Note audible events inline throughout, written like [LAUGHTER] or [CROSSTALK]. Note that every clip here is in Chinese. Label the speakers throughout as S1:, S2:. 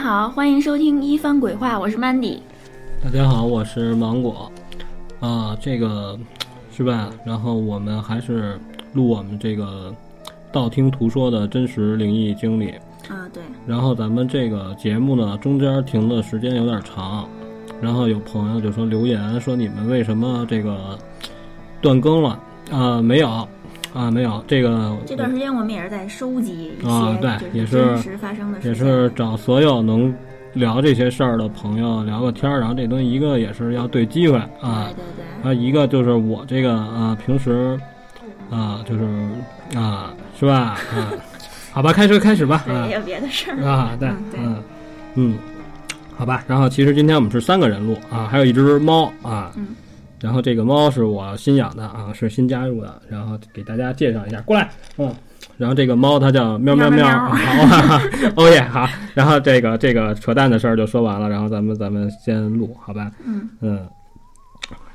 S1: 好，欢迎收听《一番鬼话》，我是 Mandy。
S2: 大家好，我是芒果。啊，这个是吧？然后我们还是录我们这个道听途说的真实灵异经历。
S1: 啊，对，
S2: 然后咱们这个节目呢，中间停的时间有点长，然后有朋友就说留言说你们为什么这个断更了？啊，没有，啊，没有，这个
S1: 这段时间我们也是在收集一
S2: 啊
S1: 些
S2: 对
S1: 就
S2: 也
S1: 是
S2: 是
S1: 真实发生的
S2: 也
S1: 事情，
S2: 是找所有能聊这些事儿的朋友聊个天儿，然后这东西一个也是要对机会啊
S1: 对，对对，
S2: 啊，一个就是我这个啊，平时啊，就是啊，是吧？啊，好吧，开车开始吧，
S1: 对
S2: 啊
S1: 也有别的事儿。
S2: 啊，对
S1: 嗯，对
S2: 嗯嗯，好吧。然后其实今天我们是三个人录啊，还有一只猫啊，
S1: 嗯
S2: 然后这个猫是我新养的啊，是新加入的，然后给大家介绍一下，过来，嗯。然后这个猫它叫喵喵
S1: 喵喵喵
S2: 啊好啊， [LAUGHS] 哦耶，好。然后这个这个扯淡的事儿就说完了，然后咱们咱们先录，好吧？
S1: 嗯，
S2: 嗯，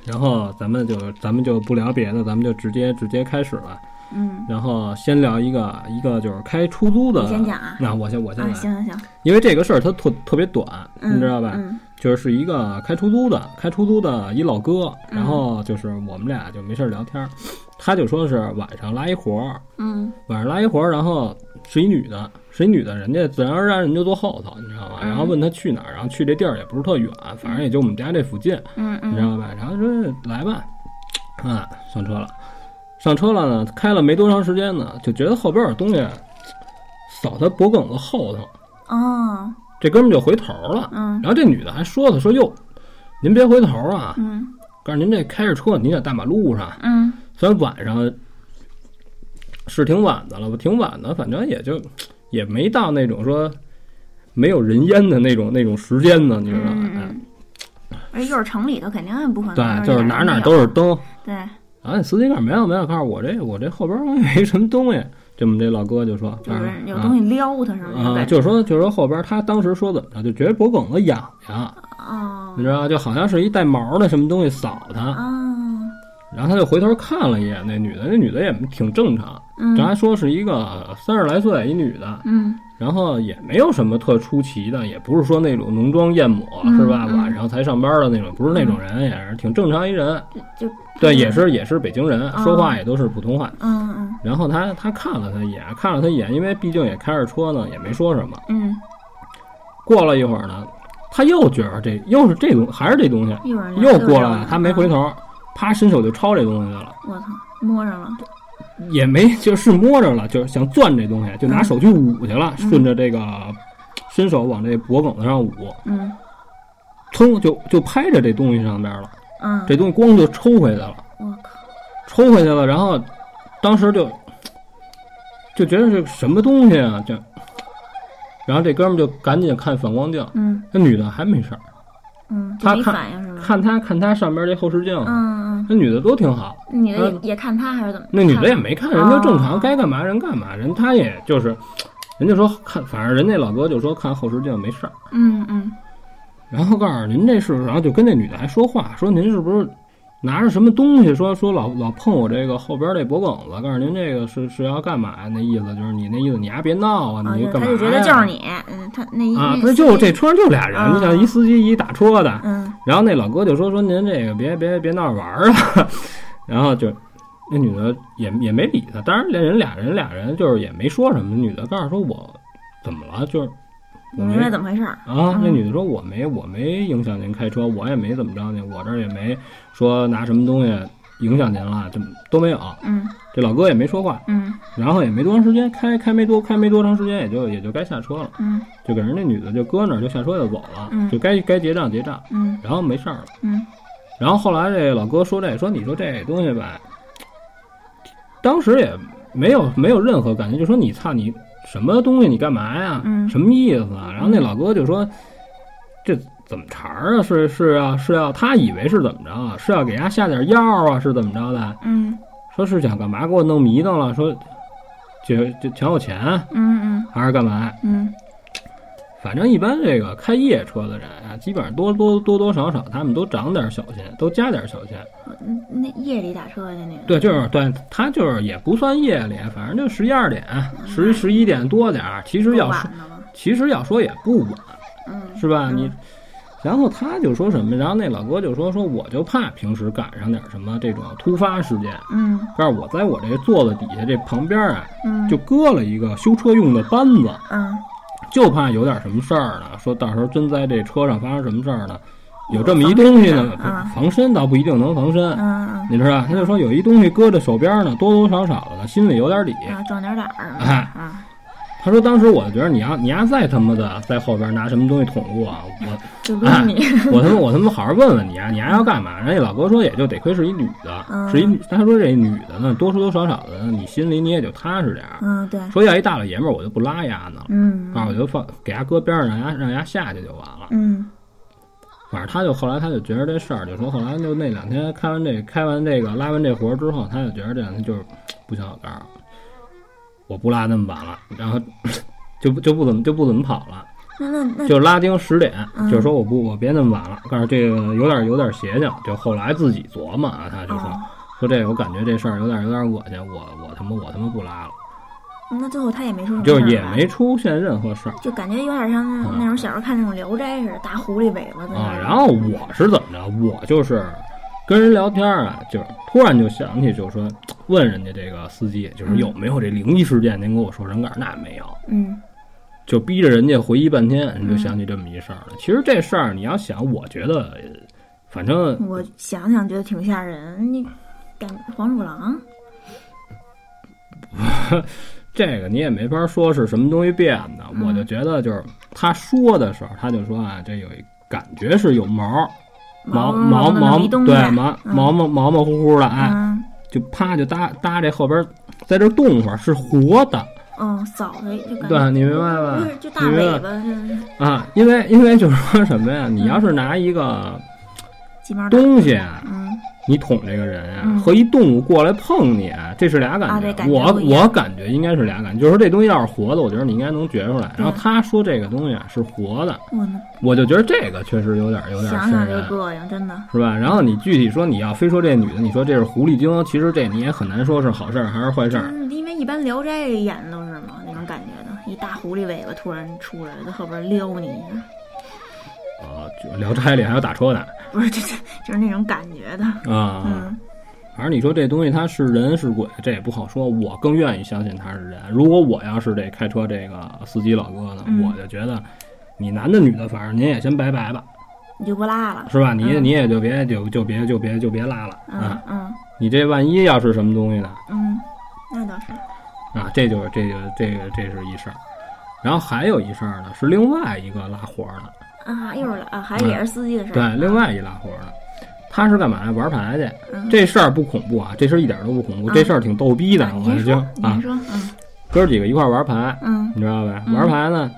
S2: 然后咱们就咱们就不聊别的，咱们就直接直接开始了。
S1: 嗯，
S2: 然后先聊一个一个就是开出租的，
S1: 你先讲啊
S2: 那我先我先
S1: 啊，
S2: 来，
S1: 行行行，
S2: 因为这个事儿它特特别短，
S1: 嗯，
S2: 你知道吧？
S1: 嗯
S2: 就是一个开出租的，开出租的一老哥，
S1: 嗯
S2: 然后就是我们俩就没事儿聊天儿，他就说是晚上拉一活儿，
S1: 嗯
S2: 晚上拉一活儿，然后是一女的，是一女的，人家自然而然人就坐后头，你知道吗？
S1: 嗯
S2: 然后问他去哪儿，然后去这地儿也不是特远，反正也就我们家这附近。
S1: 嗯
S2: 你知
S1: 嗯
S2: 道吧？然后说来吧，啊，上车了，上车了呢，开了没多长时间呢，就觉得后边有东西扫他脖梗子后头，
S1: 哦，
S2: 这哥们就回头了。
S1: 嗯
S2: 然后这女的还说他说哟，您别回头啊，
S1: 嗯
S2: 告诉您这开着车，您在大马路上，
S1: 嗯
S2: 虽然晚上是挺晚的了吧，挺晚的，反正也就也没到那种说没有人烟的那种那种时间呢，你知道吧？哎
S1: 嗯，嗯而且又是城里头，肯定也不可能
S2: 对，
S1: 说
S2: 就是哪
S1: 哪
S2: 儿哪儿都是
S1: 有
S2: 灯，
S1: 对，
S2: 啊，你司机告诉没有没有，告诉我这我这后边儿没什么东西。这么这老哥就说，
S1: 有
S2: 反
S1: 人
S2: 正
S1: 有东西撩他是吗？有
S2: 啊，啊
S1: 感
S2: 就是说就是说后边儿他当时说怎么着，就觉得脖梗子痒痒，
S1: 哦
S2: 你知道啊吧，就好像是一带毛的什么东西扫他，
S1: 哦，
S2: 然后他就回头看了一眼那女的，那女的也挺正常，
S1: 嗯
S2: 这还说是一个三十来岁一女的，
S1: 嗯
S2: 然后也没有什么特出奇的，也不是说那种浓妆艳抹
S1: 嗯
S2: 是吧，
S1: 嗯
S2: 晚上才上班的那种，不是那种人，也是挺正常一人，
S1: 就
S2: 对，也是也是北京人，说
S1: 哦
S2: 话也都是普通话。
S1: 嗯嗯
S2: 然后他他看了他一眼，看了他一眼，因为毕竟也开着车呢，也没说什么。
S1: 嗯，
S2: 过了一会儿呢，他又觉得这又是这东还是这东西，
S1: 一会儿聊
S2: 嗯又过来
S1: 聊
S2: 了，嗯他没回头，啪伸手就抄这东西去了，
S1: 我操，摸上了，
S2: 也没就是摸着了，就是想攥这东西，就拿手去捂去了，
S1: 嗯
S2: 顺着这个伸手往这脖梗子上捂，
S1: 嗯
S2: 噌就就拍着这东西上边了，
S1: 嗯，
S2: 这东西咣就抽回去了。
S1: 我靠，
S2: 抽回去了，然后当时就就觉得是什么东西啊，这，然后这哥们儿就赶紧看反光镜，
S1: 嗯
S2: 那女的还没事儿，
S1: 嗯，就
S2: 他
S1: 没
S2: 看
S1: 反应是吧？
S2: 看她看她上边这后视镜，
S1: 嗯嗯，
S2: 那女的都挺好，
S1: 嗯女的也也看他还是怎么？
S2: 那女的也没看，
S1: 哦
S2: 人就正常该干嘛人干嘛，人她也就是，人就说看，反正人那老哥就说看后视镜没事儿，
S1: 嗯嗯
S2: 然后告诉您这是，然后就跟那女的还说话，说您是不是拿着什么东西？说说老老碰我这个后边这脖梗子，告诉您这个是是要干嘛呀？那意思就是你那意思你丫别闹啊，
S1: 啊，
S2: 你
S1: 对
S2: 干
S1: 他
S2: 嘛呀？
S1: 就觉得就是你，嗯，他那一
S2: 啊，
S1: 那
S2: 他就这车上就俩人，
S1: 啊
S2: 你想一司机一打车的，
S1: 嗯
S2: 然后那老哥就说说您这个别别别闹着玩儿啊， [LAUGHS] 然后就。那女的也也没理他，当然人俩人俩人就是也没说什么。女的告诉说我怎么了，就是
S1: 我
S2: 我
S1: 明
S2: 没
S1: 白怎么回事儿，
S2: 啊，那
S1: 嗯
S2: 女的说我没我没影响您开车，我也没怎么着您，我这儿也没说拿什么东西影响您了，这都没有。
S1: 嗯
S2: 这老哥也没说话，
S1: 嗯
S2: 然后也没多长时间，开开没多开没多长时间，也就也就该下车了，
S1: 嗯
S2: 就给人那女的就搁那儿就下车就走了，
S1: 嗯
S2: 就该该结账结账，
S1: 嗯
S2: 然后没事儿了。
S1: 嗯
S2: 然后后来这老哥说这说你说这东西吧，当时也没有没有任何感觉，就说你操你什么东西你干嘛呀？
S1: 嗯
S2: 什么意思啊？然后那老哥就说这怎么茬儿啊？是是啊是要、他以为是怎么着啊？是要给他下点药啊？是怎么着的？
S1: 嗯
S2: 说是想干嘛给我弄迷瞪了？说就就抢我钱啊
S1: 嗯嗯
S2: 还是干嘛？
S1: 嗯
S2: 反正一般这个开夜车的人啊，基本上多多多多少少他们都长点小心，都加点小心。
S1: 嗯，那夜里打车去那个，
S2: 对，就是对，他就是也不算夜里，反正就十一二点、十十一点多点儿。其实
S1: 够
S2: 要说，
S1: 嗯晚的了，
S2: 其实要说也不晚，
S1: 嗯，
S2: 是吧？
S1: 嗯
S2: 你，然后他就说什么，然后那老哥就说说我就怕平时赶上点什么这种突发事件，
S1: 嗯
S2: 告诉我在我这座子底下这旁边啊，
S1: 嗯，
S2: 就搁了一个修车用的扳子，
S1: 嗯，
S2: 就怕有点什么事儿呢，说到时候真在这车上发生什么事儿呢，有这么一东西呢
S1: 防身的啊，
S2: 防身倒不一定能防身，
S1: 嗯
S2: 你知道吧？他就说有一东西搁在手边呢，多多少少的心里有点底。
S1: 嗯，啊，壮点胆儿啊
S2: 哎
S1: 啊，
S2: 他说当时我就觉得你要你要再他妈的在后边拿什么东西捅我啊，我
S1: [LAUGHS] 就抡你，
S2: 我他妈我他妈好好问问你啊，你还要干嘛？人家老哥说也就得亏是一女的，
S1: 嗯
S2: 是一女他说这女的呢，多多少少的呢，你心里你也就踏实点儿。
S1: 嗯，对，
S2: 说要一大老爷们儿，我就不拉丫呢了，
S1: 嗯
S2: 啊，我就放给丫搁边上，让丫让丫下去就完了。
S1: 嗯
S2: 反正他就后来他就觉得这事儿，就说后来就那两天开完这开完这个拉完这活儿之后，他就觉得这两天就是不想好干了，我不拉那么晚了，然后 [LAUGHS] 就不就不怎么就不怎么跑了。
S1: 那那那
S2: 就拉丁十点，
S1: 嗯
S2: 就说我不我别那么晚了，但是这个有点有点邪性，就后来自己琢磨啊，他就说、
S1: 哦，
S2: 说这个我感觉这事儿有点有点恶心，我我他妈我他妈不拉了，
S1: 哦那最后他也没说什么，
S2: 就是也没，出现任何事儿
S1: 就感觉有点像那
S2: 嗯
S1: 那种小时候看那种聊斋似的，大狐狸尾巴在那
S2: 啊。
S1: 儿
S2: 然后我是怎么着，我就是跟人聊天啊，就是突然就想起，就是说问人家这个司机，就是
S1: 嗯
S2: 有没有这灵异事件，您跟我说声告诉那没有。
S1: 嗯
S2: 就逼着人家回忆半天，你就想起这么一事儿了。其实这事儿你要想，我觉得，呃反正，
S1: 我想想觉得挺吓人，你感黄鼠狼，
S2: 这个你也没法说是什么东西变的，
S1: 嗯
S2: 我就觉得就是他说的时候，他就说啊，这有一感觉是有毛儿毛
S1: 毛
S2: 毛毛
S1: 一东西，
S2: 对毛
S1: 嗯
S2: 毛毛毛毛乎乎的，哎，
S1: 嗯
S2: 就啪就搭搭这后边儿，在这儿动会儿是活的，
S1: 嗯，扫的就感觉
S2: 对，你明白
S1: 不
S2: 吧？
S1: 是就大尾巴是
S2: 啊，因为因为就是说什么呀？你要是拿一个
S1: 鸡毛掸，
S2: 东西啊，
S1: 嗯
S2: 你捅这个人啊，
S1: 嗯
S2: 和一动物过来碰你啊，这是俩感
S1: 啊
S2: 觉。
S1: 对感觉
S2: 我
S1: 不一样
S2: 我感觉应该是俩感觉，就是说这东西要是活的，我觉得你应该能觉出来。然后
S1: 对
S2: 他说这个东西啊是活的，
S1: 我
S2: 我就觉得这个确实有点有点啊
S1: 想
S2: 瘆
S1: 想就
S2: 人，
S1: 膈应，真的，
S2: 是吧？然后你具体说你要非说这女的，你说这是狐狸精，其实这你也很难说是好事儿还是坏事儿。
S1: 嗯，因为一般《聊斋》里演的都是嘛那种感觉的，一大狐狸尾巴突然出来，在后边撩你一 [LAUGHS] 下，
S2: 啊，就《聊斋》里还有打车的
S1: 不是就是就是那种感觉的，
S2: 啊。
S1: 嗯
S2: 反正你说这东西它是人是鬼，这也不好说。我更愿意相信它是人。如果我要是这开车这个司机老哥呢，
S1: 嗯
S2: 我就觉得你男的女的，反正您也先拜拜吧，
S1: 你就不拉了，
S2: 是吧？你、
S1: 嗯
S2: 你也就别就就别就别就别拉了、
S1: 嗯
S2: 啊！
S1: 嗯
S2: 你这万一要是什么东西呢？
S1: 嗯，那倒是，
S2: 啊，这就是这就这个这是一事儿。然后还有一事儿呢，是另外一个拉活儿的，
S1: 啊，又是啊，还是也是司机的事儿，啊
S2: 对，另外一拉活儿的，他是干嘛呀？玩牌去。
S1: 嗯，
S2: 这事儿不恐怖啊，这事儿一点都不恐怖，
S1: 啊
S2: 这事儿挺逗逼的
S1: 啊，
S2: 我
S1: 你先
S2: 跟你说
S1: 说，你
S2: 啊
S1: 先，说，嗯
S2: 哥几个一块儿玩牌，
S1: 嗯
S2: 你知道呗？
S1: 嗯
S2: 玩牌呢，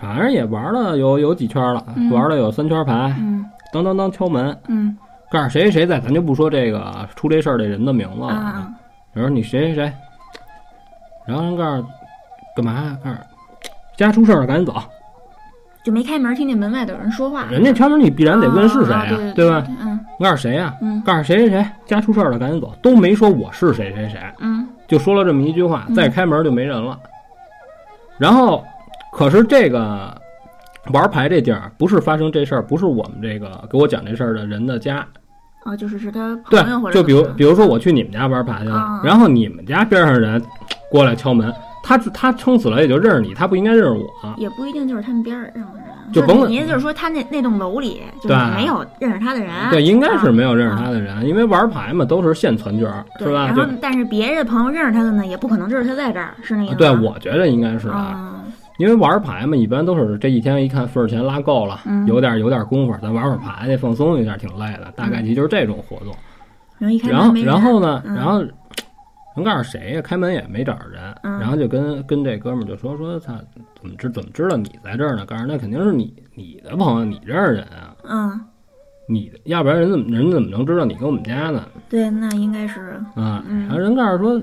S2: 反正也玩了有有几圈了，
S1: 嗯
S2: 玩了有三圈牌，
S1: 嗯
S2: 当当当敲门，
S1: 嗯
S2: 告诉谁谁谁在，咱就不说这个出这事儿这人的名字了。
S1: 啊啊，
S2: 比如说你谁谁谁，然后人告诉干嘛呀？告诉家出事儿了，赶紧
S1: 啊
S2: 走。
S1: 就没开门，听见门外有人说话，
S2: 人家敲门，你必然得问是谁
S1: 啊
S2: 呀、
S1: 啊对
S2: 对
S1: 对
S2: 吧？？
S1: 嗯
S2: 告诉谁呀、
S1: 嗯
S2: 告诉谁谁谁家出事儿了，赶紧走，都没说我是谁谁谁，
S1: 嗯
S2: 就说了这么一句话，
S1: 嗯
S2: 再开门就没人了。然后，可是这个玩牌这地儿不是发生这事儿，不是我们这个给我讲这事儿的人的家，
S1: 哦，就是是他
S2: 对
S1: 朋友或，者
S2: 就比如
S1: 怎么着
S2: 比如说我去你们家玩牌去了
S1: 啊，
S2: 然后你们家边上人过来敲门，他他撑死了也就认识你，他不应该认识我。
S1: 也不一定就是他们边儿上的人，
S2: 就甭管
S1: 你意思就是说他那那栋楼里就是
S2: 对
S1: 没有认识他的人，
S2: 对，应该是
S1: 啊
S2: 没有认识他的人，因为玩牌嘛都是现攒角儿，
S1: 对
S2: 是吧？
S1: 然
S2: 就
S1: 后但是别人的朋友认识他的呢，也不可能知道他在这儿，是那意思吗？
S2: 对，我觉得应该是啊。
S1: 啊，
S2: 因为玩牌嘛，一般都是这一天一看份儿钱拉够了，
S1: 嗯
S2: 有点有点功夫，咱玩会儿牌去，放松一下，挺累的。大概其就是这种活动。
S1: 然后一开
S2: 然后
S1: 门没人
S2: 然后呢，
S1: 嗯
S2: 然后能告诉谁呀？开门也没找着人，
S1: 嗯
S2: 然后就跟跟这哥们儿就说说他怎么知怎么知道你在这儿呢？告诉那肯定是你你的朋友，你认识人啊，
S1: 嗯，
S2: 你要不然人怎么人怎么能知道你跟我们家呢？
S1: 对，那应该是
S2: 啊，
S1: 嗯
S2: 然后人告诉说。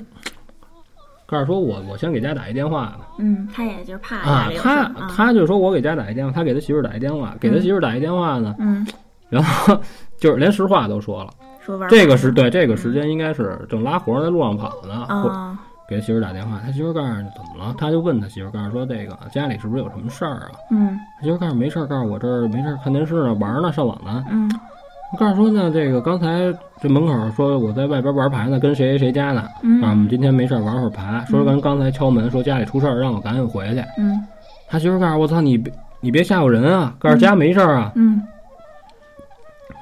S2: 告诉说我，我先给家打一电话吧。
S1: 嗯，他也就是怕家
S2: 啊
S1: 里，有事
S2: 他
S1: 儿啊
S2: 他就说我给家打一电话，他给他媳妇儿打一电话，给他
S1: 嗯
S2: 媳妇儿打一电话呢，
S1: 嗯
S2: 然后就是连实话都说了。
S1: 说玩儿嗯
S2: 这个是对这个时间应该是正拉活儿在路上跑呢，或
S1: 啊
S2: 给媳妇儿打电话，他媳妇儿告诉你怎么了，他就问他媳妇儿，告诉说这个家里是不是有什么事儿啊？
S1: 嗯
S2: 他媳妇儿告诉没事儿，告诉我这儿没事儿看电视呢，玩儿呢，上网呢。
S1: 嗯
S2: 我告诉说呢，这个刚才这门口说我在外边玩牌呢，跟谁谁谁家呢？啊，我们
S1: 嗯
S2: 今天没事儿玩会儿牌。说完刚才敲门说家里出事儿，让我赶紧回去。
S1: 嗯
S2: 他媳妇儿告诉我操你别你别吓唬人啊，告诉家没事儿啊。
S1: 嗯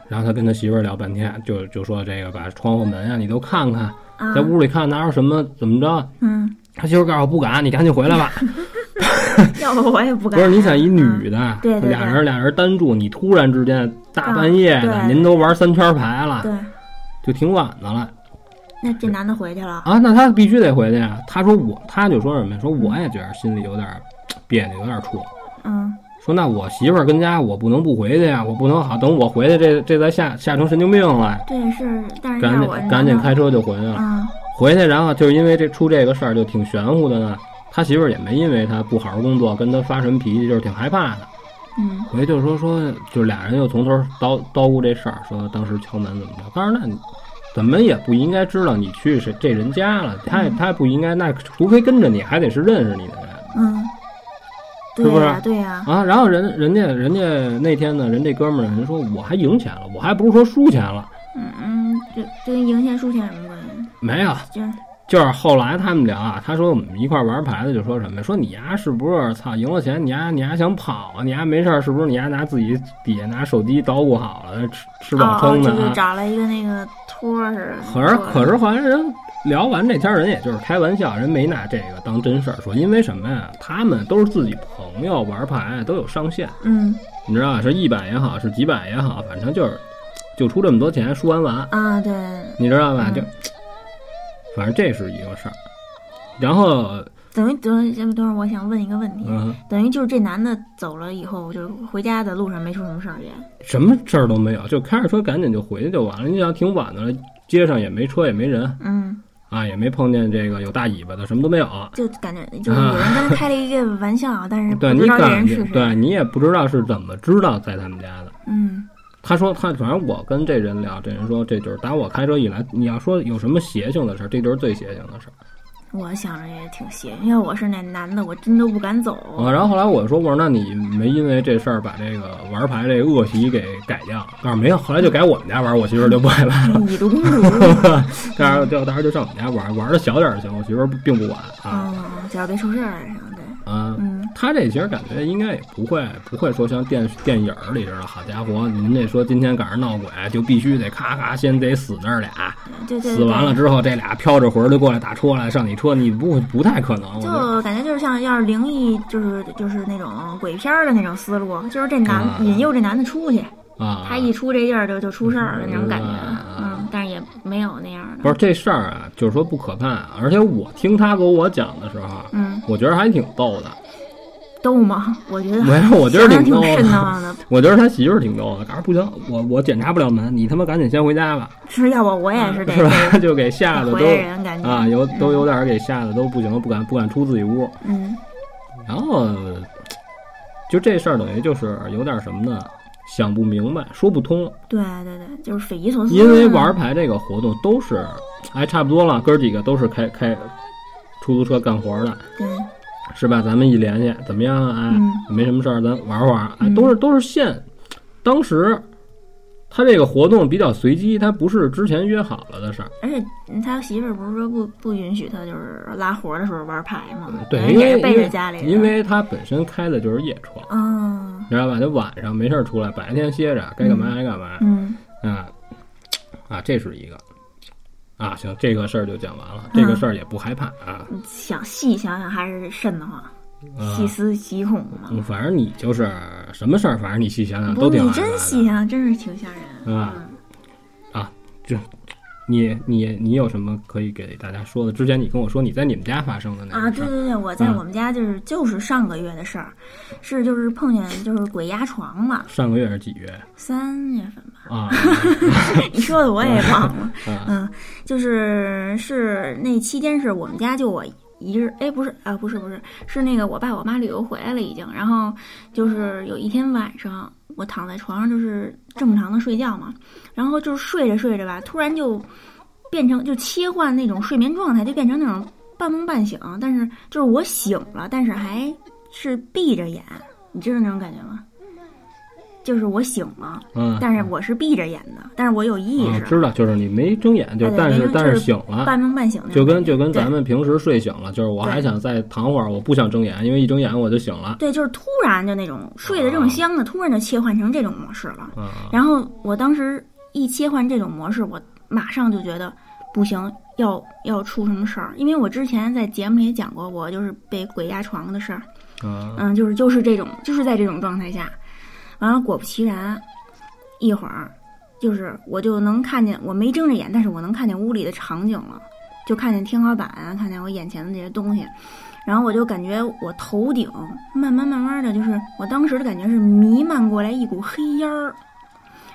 S2: 然后他跟他媳妇儿聊半天，就就说这个把窗户门啊你都看看，
S1: 啊
S2: 在屋里看哪有什么怎么着。
S1: 嗯，
S2: 他媳妇儿告诉我不敢，你赶紧回来吧。
S1: 要不我也 [LAUGHS] 不
S2: 不
S1: 敢。嗯
S2: 是你想一女的，
S1: 对对对
S2: 俩人俩人单住，你突然之间大半夜的，
S1: 啊对
S2: 您都玩三圈牌了，
S1: 对，
S2: 就挺晚的了。
S1: 那这男的回去了。
S2: 啊，那他必须得回去啊。他说我，他就说什么呀？说我也觉得心里有点儿别扭，有点儿怵。
S1: 嗯
S2: 说那我媳妇儿跟家，我不能不回去呀、我不能好等我回去，这这再吓吓成神经病了。，
S1: 这是，但是
S2: 赶
S1: 要哎
S2: 紧
S1: 我是
S2: 赶紧
S1: 男的
S2: 开车就回去了。
S1: 嗯
S2: 回去，然后就是因为这出这个事儿就挺玄乎的呢。他媳妇儿也没因为他不好好工作跟他发什么脾气，就是挺害怕的。
S1: 嗯
S2: 回去就说说，就俩人又从头叨叨咕这事儿，说当时敲门怎么着。当然那你怎么也不应该知道你去谁这人家了，他也他也不应该，那除非跟着你还得是认识你的人
S1: 嗯，对
S2: 是不是
S1: 呀对呀，
S2: 啊。然后人人家人家那天呢，人这哥们儿人说我还赢钱了，我还不是说输钱了，
S1: 嗯嗯，这这跟赢钱输钱有什么关系？
S2: 没有，
S1: 就是
S2: 就是后来他们聊啊，他说我们一块儿玩牌的就说什么呀，说你丫是不是操赢了钱，你丫你丫想跑啊，你丫没事儿是不是你丫拿自己底下拿手机捣鼓好了吃吃饱
S1: 哦，
S2: 撑的
S1: 就是
S2: 啊？
S1: 找了一个那个托儿似的。
S2: 可是可是后来人聊完这天儿，人也就是开玩笑，人没拿这个当真事儿，说因为什么呀？他们都是自己朋友玩牌都有上限，
S1: 嗯
S2: 你知道吧是一百也好，是几百也好，反正就是就出这么多钱，输完完。
S1: 啊，对，
S2: 你知道吧？
S1: 嗯
S2: 就反正这是一个事儿。然后，
S1: 等于等于等会儿，我想问一个问题，
S2: 嗯，
S1: 等于就是这男的走了以后，就是回家的路上没出什么事儿也。
S2: 什么事儿都没有，就开着车赶紧就回去就完了。你想挺晚的了，街上也没车也没人
S1: 嗯，
S2: 啊，也没碰见这个有大尾巴的，什么都没有。
S1: 就感觉就是有人跟他开了一个玩笑，但是不
S2: 对你
S1: 知道这
S2: 感
S1: 人
S2: 觉
S1: 是，谁。
S2: 对你也不知道是怎么知道在他们家的。
S1: 嗯
S2: 他说他反正我跟这人聊，这人说这就是打我开车以来，你要说有什么邪性的事儿，这就是最邪性的事儿。
S1: 我想着也挺邪，要我是那男的，我真都不敢走。 [LAUGHS]
S2: 啊，然后后来我说，我说那你没因为这事儿把这个玩牌这个恶习给改掉？告诉没有，后来就改我们家玩，我媳妇儿就不爱玩了。 [LAUGHS]
S1: 以毒攻 [LAUGHS] 毒。
S2: 但是就当时就上我们家玩，玩的小点儿就行，我媳妇儿并不管啊
S1: 嗯，只要别出事儿什么的。
S2: 啊。
S1: 嗯
S2: 他这其实感觉应该也不会不会说像电电影儿里似的，好家伙，您这说今天赶上闹鬼就必须得咔咔先得死那儿俩，，
S1: 对对对。
S2: 死完了之后这俩飘着魂儿就过来打车来上你车，你不不太可能。我觉得
S1: 就感觉就是像要是灵异，就是就是那种鬼片儿的那种思路，就是这男、
S2: 啊
S1: 引诱这男的出去，
S2: 啊，
S1: 嗯他一出这劲儿就就出事儿了那种感觉，
S2: 啊
S1: 嗯，但是也没有那样的，
S2: 不是这事儿啊，就是说不可怕，而且我听他给我讲的时候，
S1: 嗯，
S2: 我觉得还挺逗的。
S1: 逗吗？我觉得
S2: 没有，我觉得
S1: 想想
S2: 挺
S1: 挺
S2: 逗
S1: 瘆得
S2: 的。
S1: 慌的，
S2: 我觉得他媳妇儿挺逗的，告诉不行，我我检查不了门，你他妈赶紧先回家吧，
S1: 是要我我也是得
S2: 是吧？就给吓 [LAUGHS] 得
S1: 回来
S2: 都
S1: 人感觉，
S2: 啊，有都有点儿给吓得都不行了，不敢不敢出自己屋。
S1: 嗯
S2: 然后呃就这事儿等于就是有点什么呢，想不明白，说不通，
S1: 对对对，就是匪夷所思，
S2: 因为玩牌这个活动都是，哎，差不多了，哥儿几个都是开开出租车干活儿的。
S1: 对，
S2: 是吧？咱们一联系，怎么样啊？哎
S1: 嗯
S2: 没什么事儿，咱玩玩。哎，
S1: 嗯
S2: 都是都是现，当时他这个活动比较随机，他不是之前约好了的事儿。
S1: 而且嗯他媳妇儿不是说不不允许他就是拉活的时候玩牌吗？
S2: 嗯对，
S1: 人
S2: 因
S1: 也是
S2: 为
S1: 背
S2: 因
S1: 着
S2: 为
S1: 家里人，
S2: 因为他本身开的就是夜闯，
S1: 嗯
S2: 你知道吧？他晚上没事儿出来，白天歇着，该干嘛还干嘛。
S1: 嗯
S2: 啊啊，这是一个。啊，行，这个事儿就讲完了。这个
S1: 嗯
S2: 事儿也不害怕啊，
S1: 想细想想还是瘆得慌，
S2: 啊
S1: 细思极恐嘛。
S2: 嗯反正你就是什么事儿，反正你细想想
S1: 不
S2: 都
S1: 是
S2: 挺
S1: 你
S2: 害怕
S1: 真
S2: 的
S1: 细想，真是挺吓人。
S2: 啊啊，就你你你有什么可以给大家说的？之前你跟我说你在你们家发生的那
S1: 啊，
S2: 个事
S1: 对
S2: 儿
S1: 对对，我在
S2: 嗯
S1: 我们家就是就是上个月的事儿，是就是碰见就是鬼压床嘛，
S2: 上个月是几月
S1: 三月份吧， [LAUGHS]
S2: 啊？
S1: 你说的我也忘了。
S2: 啊
S1: [LAUGHS] 嗯，就是是那期间是我们家就我一日，哎，不是啊，不是不是，是那个我爸我妈旅游回来了已经，然后就是有一天晚上，我躺在床上就是正常的睡觉嘛，然后就是睡着睡着吧，突然就变成就切换那种睡眠状态，就变成那种半梦半醒，但是就是我醒了，但是还是闭着眼，你知道那种感觉吗？就是我醒了，
S2: 嗯，
S1: 但是我是闭着眼的，但是我有意
S2: 啊
S1: 识，
S2: 知道，就是你没睁眼，就
S1: 对
S2: 但
S1: 没
S2: 是
S1: 睁
S2: 但是
S1: 就是
S2: 醒了，
S1: 半梦半醒那种
S2: 就
S1: 感
S2: 跟
S1: 觉
S2: 就跟
S1: 对
S2: 咱们平时睡醒了，就是我
S1: 对
S2: 还想再躺会儿，我不想睁眼，因为一睁眼我就醒了。
S1: 对，就是突然就那种睡得正香呢，突然就切换成这种模式了。
S2: 啊，
S1: 然后我当时一切换这种模式，我马上就觉得不行，要要出什么事儿。因为我之前在节目里也讲过，我就是被鬼压床的事儿。
S2: 啊，
S1: 嗯，就是就是这种，就是在这种状态下，完了果不其然，一会儿就是我就能看见，我没睁着眼，但是我能看见屋里的场景了，就看见天花板啊，看见我眼前的这些东西，然后我就感觉我头顶慢慢慢慢的就是，我当时的感觉是弥漫过来一股黑烟儿，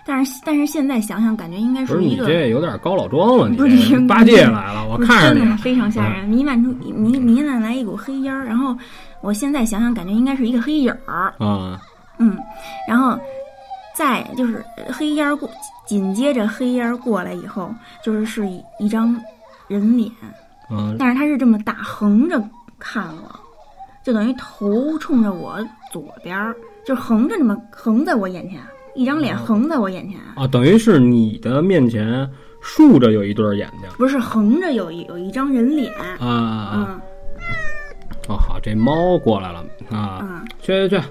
S1: 但是但是现在想想，感觉应该
S2: 不是
S1: 属于一
S2: 你
S1: 个
S2: 这有点高老庄了，你
S1: 不是
S2: 这
S1: 你
S2: 八戒来了，我
S1: 不是
S2: 看着
S1: 真
S2: 你嗯
S1: 的非常吓人，弥漫出弥弥漫来一股黑烟儿，然后我现在想想，感觉应该是一个黑影儿。
S2: 啊，
S1: 嗯，然后再就是黑烟儿过，紧接着黑烟儿过来以后，就是是一一张人脸，
S2: 嗯，
S1: 但是他是这么大横着看我，就等于头冲着我左边儿，就是横着这么横在我眼前，一张脸
S2: 哦
S1: 横在我眼前，
S2: 啊，等于是你的面前竖着有一对儿眼睛
S1: 不是横着有一有一张人脸，
S2: 啊啊，啊
S1: 嗯
S2: 哦好，这猫过来了啊，
S1: 嗯
S2: 去去去，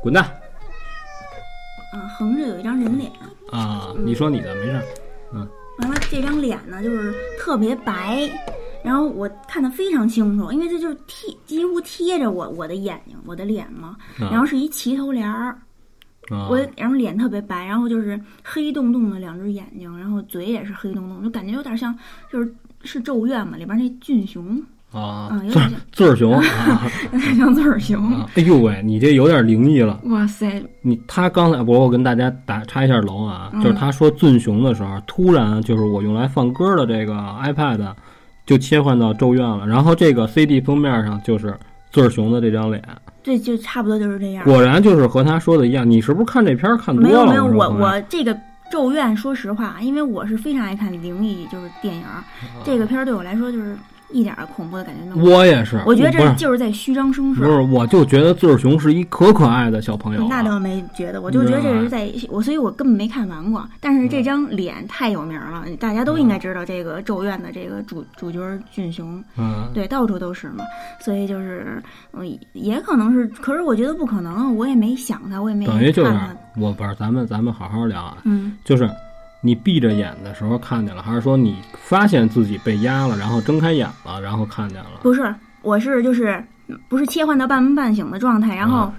S2: 滚蛋
S1: 嗯，横着有一张人脸。
S2: 啊！
S1: 嗯
S2: 你说你的没事儿，
S1: 完了，这张脸呢就是特别白，然后我看得非常清楚，因为这就是贴几乎贴着我我的眼睛，我的脸嘛。
S2: 啊
S1: 然后是一齐头帘儿，
S2: 啊
S1: 我然后脸特别白，然后就是黑洞洞的两只眼睛，然后嘴也是黑洞洞，就感觉有点像就是是《咒怨》嘛里边那俊雄，
S2: 啊
S1: 嗯，有
S2: 字
S1: 点
S2: 儿字儿熊啊。
S1: [LAUGHS] 有点像字儿熊。
S2: 啊，哎呦喂，你这有点灵异了。
S1: 哇塞，
S2: 你他刚才我我跟大家打插一下楼啊，
S1: 嗯
S2: 就是他说俊雄的时候，突然就是我用来放歌的这个 iPad 就切换到咒怨了，然后这个 CD 封面上就是醉儿熊的这张脸，
S1: 对，就差不多就是这样。
S2: 果然就是和他说的一样。你是不是看这片儿看多了？
S1: 没有没有，
S2: 是吧
S1: 我我这个《咒怨》，说实话，因为我是非常爱看灵异就是电影
S2: 啊
S1: 儿，这个片儿对我来说就是一点儿恐怖的感觉都没有。
S2: 我也是，
S1: 我觉得
S2: 不
S1: 这
S2: 是
S1: 就是在虚张声势，
S2: 不是，我就觉得醉儿熊是一可可爱的小朋友、
S1: 那
S2: 啊。
S1: 倒没觉得，我就觉得这是在我，所以我根本没看完过。但是
S2: 嗯
S1: 这张脸太有名了，大家都应该知道这个《咒怨》的这个主主角俊雄，
S2: 嗯，
S1: 对，到处都是嘛。所以就是，嗯，也可能是，可是我觉得不可能，我也没想他，我也没
S2: 嗯等于就是
S1: 看他。
S2: 我不是咱们咱们好好聊啊，
S1: 嗯，
S2: 就是你闭着眼的时候看见了，还是说你发现自己被压了，然后睁开眼了，然后看见了？
S1: 不是，我是就是不是切换到半梦半醒的状态，然后
S2: 啊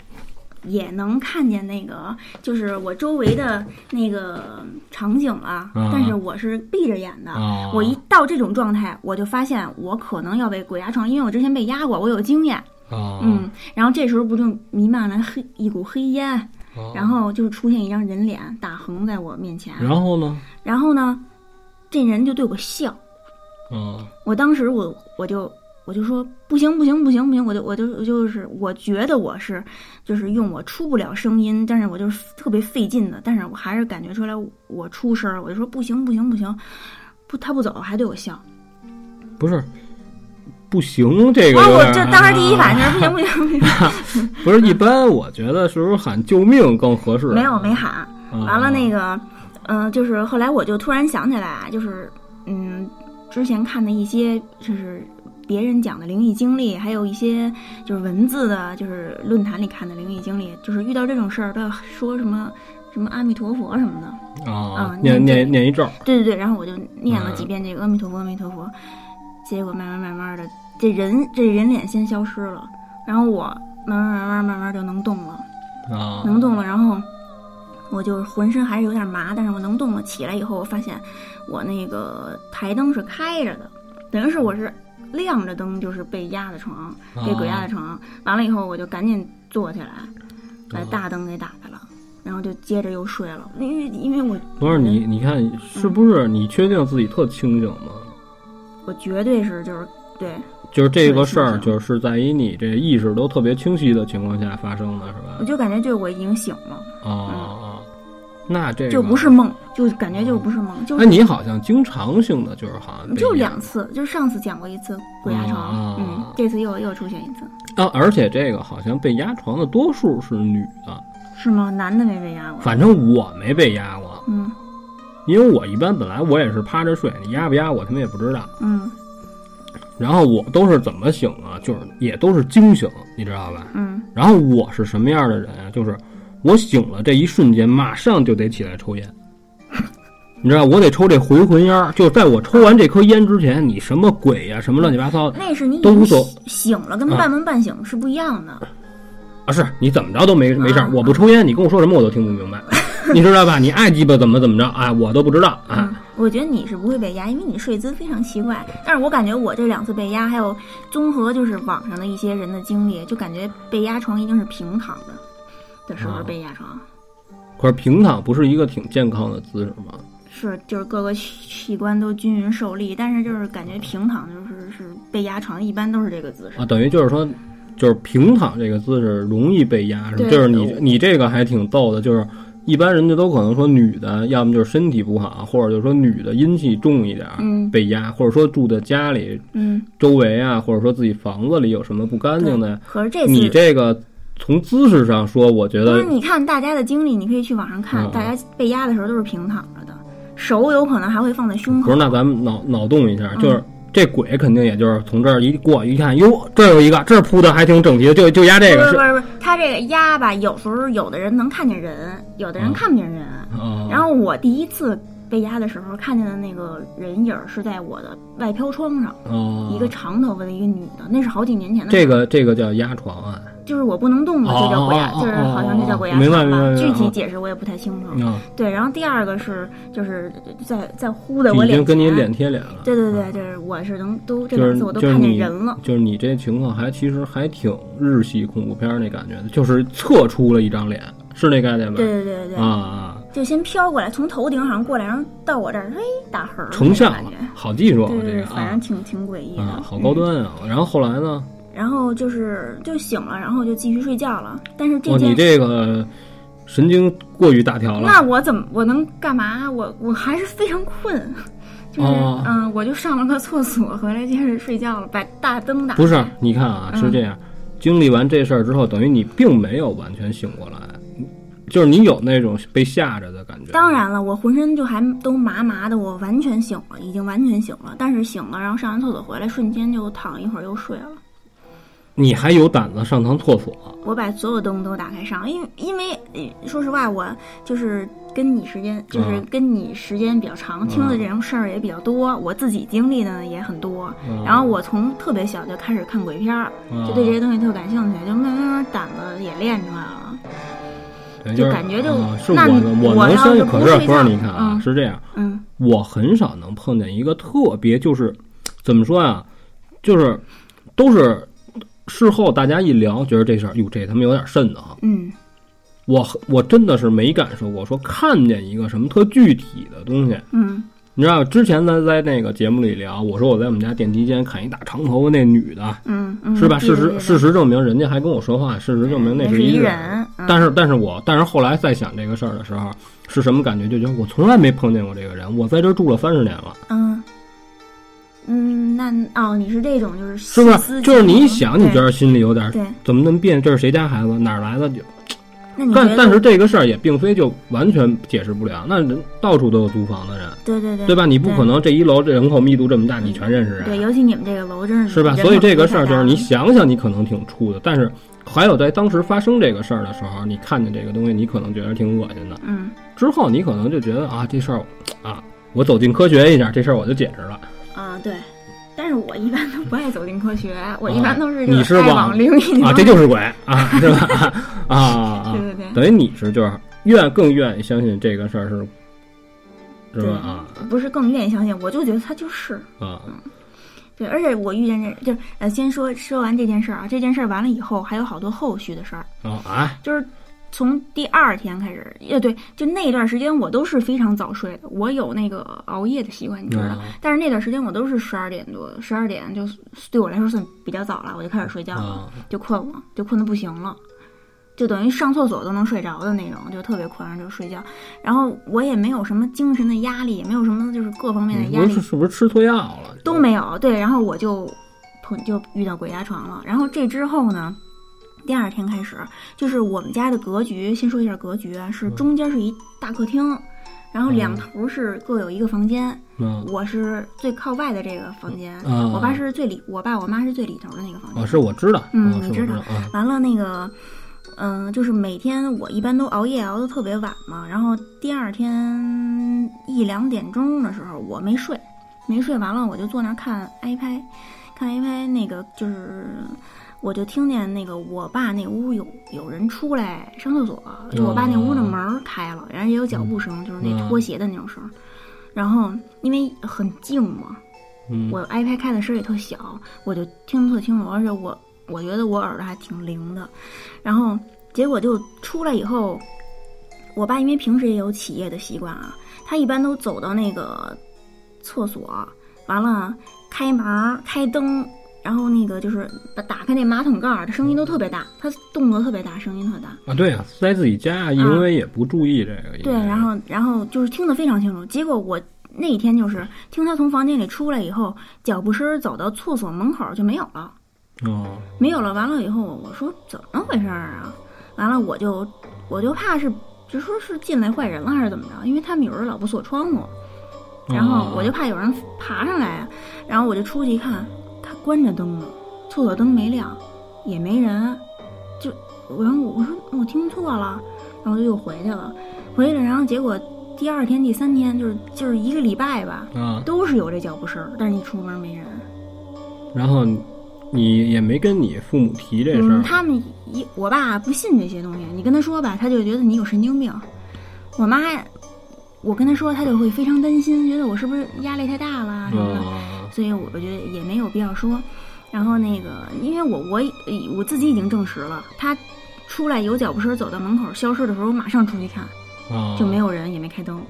S1: 也能看见那个就是我周围的那个场景了，
S2: 啊
S1: 但是我是闭着眼的。
S2: 啊，
S1: 我一到这种状态，我就发现我可能要被鬼压床，因为我之前被压过，我有经验。
S2: 啊，
S1: 嗯，然后这时候不就弥漫了黑一股黑烟，
S2: 啊
S1: 然后就出现一张人脸打横在我面前，
S2: 然后呢？
S1: 然后呢，这人就对我笑。
S2: 啊
S1: 我当时我我就我就说不行不行不行不行，我就我就我就是我觉得我是就是用我出不了声音，但是我就是特别费劲的，但是我还是感觉出来我出声儿，我就说不行不行不行，不他不走还对我笑，
S2: 不是。不行，这个
S1: 然后哦
S2: 有
S1: 我
S2: 点
S1: 这
S2: 儿
S1: 当时第一反应
S2: 啊
S1: 是不行不行不行，
S2: 不是一般，我觉得是不是喊救命更合适？
S1: 没有没喊，
S2: 啊，
S1: 完了那个，嗯、就是后来我就突然想起来啊，就是嗯，之前看的一些就是别人讲的灵异经历，还有一些就是文字的，就是论坛里看的灵异经历，就是遇到这种事儿都要说什么什么阿弥陀佛什么的。
S2: 啊
S1: 啊，
S2: 念
S1: 念
S2: 念念一咒，
S1: 对对对，然后我就念了
S2: 嗯
S1: 几遍这个阿弥陀佛，阿弥陀佛，结果慢慢慢慢的，这人这人脸先消失了，然后我慢慢慢慢慢慢就能动了。
S2: 啊，
S1: 能动了，然后我就是浑身还是有点麻，但是我能动了。起来以后，我发现我那个台灯是开着的，等于是我是亮着灯，就是被压的床，
S2: 啊
S1: 被鬼压的床。完了以后，我就赶紧坐起来，
S2: 啊
S1: 把大灯给打开了，然后就接着又睡了。因为因为我
S2: 不是你，你看是不是你确定自己特清醒吗？
S1: 我绝对是就是对
S2: 就是这个事
S1: 是
S2: 儿，
S1: 是是
S2: 就是在于你这意识都特别清晰的情况下发生的，是吧
S1: 我？就感觉就是我已经醒了，
S2: 啊啊啊！哦那这个
S1: 就不是梦，就感觉就不是梦，就
S2: 哎，
S1: 是
S2: 你好像经常性的就是好像被
S1: 就
S2: 淹
S1: 两次，就上次讲过一次鬼压
S2: 啊
S1: 床，嗯，这次又又出现一次，
S2: 啊，而且这个好像被压床的多数是女的，
S1: 是吗？男的没被压过，
S2: 反正我没被压过，
S1: 嗯
S2: 因为我一般本来我也是趴着睡，你压不压我他妈也不知道。
S1: 嗯
S2: 然后我都是怎么醒啊？就是也都是惊醒，你知道吧？
S1: 嗯
S2: 然后我是什么样的人啊？就是我醒了这一瞬间，马上就得起来抽烟。你知道，我得抽这回魂烟儿，就在我抽完这颗烟之前，你什么鬼呀、什么乱七八糟的
S1: 那是你已
S2: 都无
S1: 经
S2: 所
S1: 醒醒了，跟
S2: 啊
S1: 半梦半醒是不一样的，
S2: 啊！是你怎么着都没没事儿
S1: 啊，
S2: 我不抽烟，你跟我说什么我都听不明
S1: [LAUGHS]
S2: 白，你知道吧？你爱鸡巴怎么怎么着啊，我都不知道啊。
S1: 嗯，我觉得你是不会被压，因为你睡姿非常奇怪。但是我感觉我这两次被压，还有综合就是网上的一些人的经历，就感觉被压床一定是平躺的的时候
S2: 啊
S1: 被压床，
S2: 可是平躺不是一个挺健康的姿势吗？
S1: 是就是各个器器官都均匀受力，但是就是感觉平躺就是是被压床，一般都是这个姿势。
S2: 啊，等于就是说，就是平躺这个姿势容易被压，是
S1: 对
S2: 吧？就是你你这个还挺逗的，就是一般人家都可能说女的，要么就是身体不好，或者就是说女的阴气重一点儿
S1: 嗯
S2: 被压，或者说住在家里
S1: 嗯，
S2: 周围啊，或者说自己房子里有什么不干净的，
S1: 可是这次
S2: 你这个从姿势上说，我觉
S1: 不是，
S2: 得
S1: 你看大家的经历，你可以去网上看，
S2: 嗯嗯
S1: 大家被压的时候都是平躺着的，手有可能还会放在胸
S2: 不
S1: 口
S2: 是。。那咱们脑脑洞一下，
S1: 嗯
S2: 就是。这鬼肯定也就是从这儿一过一看，哟，这儿有一个，这儿铺的还挺整齐的，就就压这
S1: 不
S2: 个
S1: 是
S2: 是
S1: 不是不是，他这个压吧，有时候有的人能看见人，有的人
S2: 嗯
S1: 看不见人。
S2: 啊，
S1: 然后我第一次被压的时候，看见的那个人影儿是在我的外飘窗上，
S2: 啊
S1: 一个长头发的一个女的，那是好几年前的。
S2: 这个这个叫压床啊，
S1: 就是我不能动了，就叫鬼压，
S2: 哦哦哦
S1: 就是好像就叫鬼压
S2: 哦哦明白
S1: 床吧
S2: 明白明白
S1: 具体
S2: 哦
S1: 解释我也不太清楚。
S2: 啊，
S1: 对，然后第二个是就是在在呼在
S2: 就
S1: 我
S2: 已
S1: 脸
S2: 经跟你
S1: 前
S2: 脸贴脸了。
S1: 对对对，就是我是能都这
S2: 啊就是
S1: 两次我都
S2: 就是
S1: 看见
S2: 你
S1: 人了，
S2: 就是你这情况还其实还挺日系恐怖片儿那感觉的，就是侧出了一张脸，是那概念吧？
S1: 对对对对
S2: 啊
S1: 对，
S2: 啊，
S1: 就先飘过来，从头顶好像过来，然后到我这儿，嘿，打横儿
S2: 成像
S1: 那
S2: 了
S1: 种感觉，
S2: 好技术啊
S1: 对对
S2: 这
S1: 对，
S2: 个
S1: 反
S2: 啊
S1: 正挺挺诡异的，
S2: 啊，好高
S1: 嗯。
S2: 端啊！然后后来呢？
S1: 然后就是就醒了，然后就继续睡觉了。但是这
S2: 哇，哦你
S1: 件，
S2: 这个神经过于大条
S1: 那
S2: 了。
S1: 我怎么我能干嘛？我我还是非常困， [LAUGHS] 就是
S2: 哦
S1: 嗯，我就上了个厕所，回来接着睡觉了，把大灯打开。
S2: 不是，你看啊，
S1: 嗯
S2: 是这样，经历完这事儿之后，等于你并没有完全醒过来，就是你有那种被吓着的感觉。
S1: 当然了，我浑身就还都麻麻的，我完全醒了，已经完全醒了。但是醒了，然后上完厕所回来，瞬间就躺一会儿又睡了。
S2: 你还有胆子上趟厕所？
S1: 我把所有灯都打开上，因为因为呃说实话，我就是跟你时间就是
S2: 嗯
S1: 跟你时间比较长，听的这种事儿也比较多，我自己经历的呢也很多。
S2: 嗯
S1: 然后我从特别小就开始看鬼片儿，
S2: 啊
S1: 就对这些东西特感兴趣，就慢慢慢胆子也练出来了。
S2: 对
S1: 就是感觉就
S2: 啊是我
S1: 那
S2: 能
S1: 我
S2: 能
S1: 要
S2: 相
S1: 是
S2: 信，可
S1: 不
S2: 是
S1: 睡
S2: 不是
S1: 觉
S2: 你看啊，
S1: 嗯
S2: 是这样，
S1: 嗯
S2: 我很少能碰见一个特别就是怎么说啊，就是都是事后大家一聊，觉得这事儿哟这他妈有点瘆得慌。
S1: 嗯
S2: 我我真的是没感受过，说看见一个什么特具体的东西。
S1: 嗯
S2: 你知道之前咱在那个节目里聊，我说我在我们家电梯间看一大长头发那女的，
S1: 嗯嗯，
S2: 是吧？
S1: 对
S2: 事
S1: 对
S2: 实
S1: 对
S2: 事实证明，人家还跟我说话，事实证明那
S1: 那
S2: 是
S1: 一
S2: 一
S1: 人，嗯
S2: 但是，但是我，但是后来再想这个事儿的时候，是什么感觉？就觉得我从来没碰见过这个人，我在这儿住了三十年了，
S1: 嗯，嗯，那哦，你是这种就是
S2: 是
S1: 是
S2: 不是？就是你一想，你觉得心里有点儿
S1: 对，
S2: 怎么那么别扭？这是谁家孩子？哪儿来的？就
S1: 那你觉
S2: 但
S1: 得
S2: 但是这个事儿也并非就完全解释不了。那人到处都有租房的人，
S1: 对对对
S2: 对吧？你不
S1: 对
S2: 可能这一楼这人口密度这么大，你
S1: 嗯
S2: 全认识
S1: 对，
S2: 人，
S1: 尤其你们这个楼真是
S2: 是
S1: 嗯
S2: 吧？
S1: 人
S2: 所以
S1: 口
S2: 这个
S1: 太
S2: 事儿就
S1: 大
S2: 是你
S1: 了
S2: 想想，你可能挺怵的，但是还有在当时发生这个事儿的时候，你看见这个东西，你可能觉得挺恶心的。
S1: 嗯
S2: 之后你可能就觉得啊，这事儿啊，我走进科学一下，这事儿我就解释
S1: [LAUGHS]
S2: 了。
S1: 啊对，但是我一般都不爱走进科学，我
S2: 啊
S1: 一般都是
S2: 你
S1: 就是爱
S2: 往
S1: 往另一
S2: 啊，
S1: 方
S2: 这就是鬼啊，是吧？啊
S1: [LAUGHS] 对
S2: 啊啊！
S1: 对对。
S2: 等于你是就是愿更愿意相信这个事儿是，是吧？啊
S1: 不是更愿意相信，我就觉得他就是
S2: 啊
S1: 对，而且我遇见这就是呃，先说说完这件事儿啊，这件事儿完了以后还有好多后续的事儿，
S2: 啊啊！
S1: 就是从第二天开始，也对，就那段时间我都是非常早睡的，我有那个熬夜的习惯，你知道。
S2: 啊
S1: 但是那段时间我都是十二点多，十二点就对我来说算比较早了，我就开始睡觉了，
S2: 啊
S1: 就困了，就困得不行了。就等于上厕所都能睡着的那种，就特别宽容，就睡觉。然后我也没有什么精神的压力，也没有什么就是各方面的
S2: 你
S1: 压
S2: 嗯不
S1: 力
S2: 是，是不是吃错药了？
S1: 都没有。对，然后我就碰就遇到鬼压床了。然后这之后呢，第二天开始，就是我们家的格局，先说一下格局啊，是中间是一大客厅，然后两
S2: 嗯
S1: 头是各有一个房间，
S2: 嗯，
S1: 我是最靠外的这个房间，
S2: 嗯
S1: 我爸是最里，我爸我妈是最里头的那个房间。
S2: 哦，是我知道，
S1: 嗯
S2: 哦是
S1: 你
S2: 我
S1: 知
S2: 知
S1: 道
S2: 道啊，
S1: 完了那个，嗯、就是每天我一般都熬夜熬得特别晚嘛，然后第二天一两点钟的时候我没睡，没睡完了我就坐那儿看 iPad，看 iPad 那个就是。我就听见那个我爸那屋有有人出来上厕所，就我爸那屋的门儿开了，然后也有脚步声，就是那
S2: 嗯
S1: 拖鞋的那种声儿。然后因为很静嘛，
S2: 嗯，
S1: 我 iPad 开的声儿也特小，我就听得特清楚，而且我我觉得我耳朵还挺灵的。然后结果就出来以后，我爸因为平时也有起夜的习惯啊，他一般都走到那个厕所，完了开门儿开灯，然后那个就是把打开那马桶盖儿，他声音都特别大，他动作特别大，声音特大。
S2: 啊，对啊，在自己家，因为也不注意这个，应
S1: 啊对，
S2: 该
S1: 然后然后就是听得非常清楚。结果我那天就是听他从房间里出来以后，脚步声儿走到厕所门口儿就没有了。
S2: 哦，
S1: 没有了。完了以后，我说怎么回事儿啊？完了我就我就怕是就说是进来坏人了还是怎么着？因为他们有人老不锁窗户，然
S2: 哦
S1: 后我就怕有人爬上来，然后我就出去一看，他关着灯呢，厕所灯没亮，也没人，就我然后我我说我听错了，然后我就又回去了，回去了，然后结果第二天、第三天就是就是一个礼拜吧，
S2: 啊，
S1: 都是有这脚步声儿，但是一出门没人。
S2: 然后你也没跟你父母提这事
S1: 嗯，
S2: 儿，
S1: 他们一我爸不信这些东西，你跟他说吧，他就觉得你有神经病。我妈，我跟他说，他就会非常担心，觉得我是不是压力太大了啊什么的。
S2: 啊，
S1: 所以我觉得也没有必要说。然后那个，因为我我我自己已经证实了，他出来有脚步声走到门口消失的时候，我马上出去看，
S2: 啊
S1: 就没有人，也没开灯。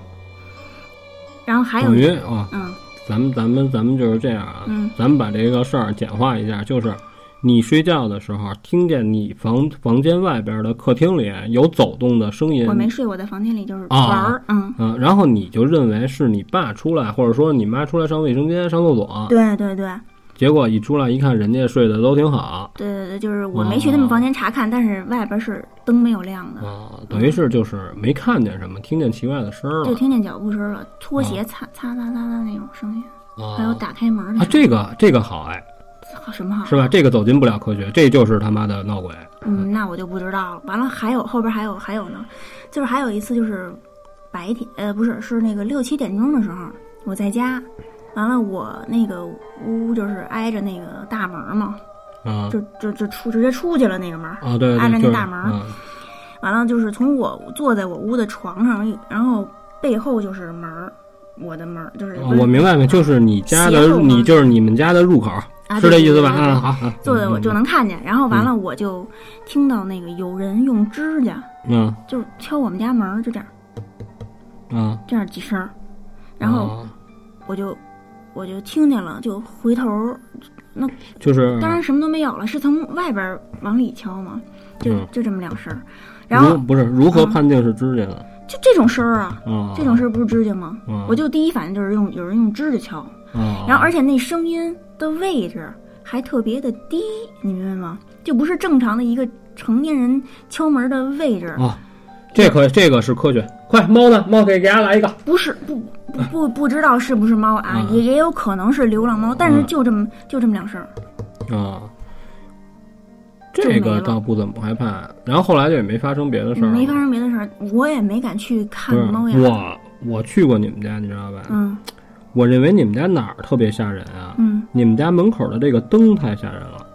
S1: 然后还有
S2: 等，于啊，
S1: 嗯
S2: 咱们咱们咱们就是这样啊，
S1: 嗯
S2: 咱们把这个事儿简化一下，就是你睡觉的时候听见你房房间外边的客厅里有走动的声音，
S1: 我没睡，我在房间里就是
S2: 啊
S1: 玩儿，嗯，
S2: 啊，然后你就认为是你爸出来，或者说你妈出来上卫生间、上厕所，
S1: 对对对。
S2: 结果一出来一看，人家睡得都挺好
S1: 对对对，就是我没去他们
S2: 哦
S1: 房间查看，但是外边是灯没有亮的，
S2: 啊，等于是就是没看见什么，听见奇怪的声儿
S1: 就
S2: 了
S1: 听见脚步声了，拖鞋擦擦擦擦的那种声音，还有
S2: 啊
S1: 打开门
S2: 哦啊
S1: 的，
S2: 这个这个好哎，
S1: 操什么好？
S2: 是吧？这个走进不了科学，这就是他妈的闹鬼。
S1: 嗯，那我就不知道了。完了，还有后边还有还有呢，就是还有一次就是白天，呃，不是，是那个六七点钟的时候，我在家，完了我那个屋就是挨着那个大门嘛，
S2: 啊
S1: 就就就出直接出去了那个门，
S2: 啊，对
S1: 按着
S2: 对，
S1: 那
S2: 就是
S1: 大门儿
S2: 啊
S1: 完了就是从我坐在我屋的床上，然后背后就是门儿，我的门儿就是
S2: 啊我明白没？就是你家
S1: 斜
S2: 的，
S1: 后吗
S2: 你就是你们家的入口，
S1: 啊
S2: 是这意思吧？
S1: 对对对
S2: 啊，好，好
S1: 坐在我就
S2: 嗯
S1: 能看见。然后完了我就听到那个有人用指甲
S2: 嗯
S1: 就是敲我们家门儿，就这样
S2: 嗯，
S1: 这样几声儿，然后
S2: 啊
S1: 我就我就听见了，就回头儿，
S2: 就是
S1: 当然什么都没有了，是从外边儿往里敲嘛，就
S2: 嗯
S1: 就这么两声儿。然后
S2: 如不是如何
S1: 嗯
S2: 判定是指甲的
S1: 就这种声儿啊，
S2: 啊？
S1: 这种事儿不是指甲吗？
S2: 啊，
S1: 我就第一反应就是用有人用指甲敲。
S2: 啊，
S1: 然后而且那声音的位置还特别的低，你明白吗？就不是正常的一个成年人敲门的位置，
S2: 啊，这可这个是科学。快，猫呢？猫给给伢来一个。
S1: 不是不不不不知道是不是猫啊，
S2: 嗯
S1: 也也有可能是流浪猫，但是就这么就这么两声儿，
S2: 啊，
S1: 就
S2: 这
S1: 没
S2: 个
S1: 了
S2: 倒不怎么害怕。然后后来就也没发生别的事儿了，
S1: 没发生别的事儿，我也没敢去看
S2: 不是
S1: 猫呀。
S2: 我我去过你们家，你知道吧？
S1: 嗯
S2: 我认为你们家哪儿特别吓人啊？
S1: 嗯
S2: 你们家门口的这个灯太吓人了，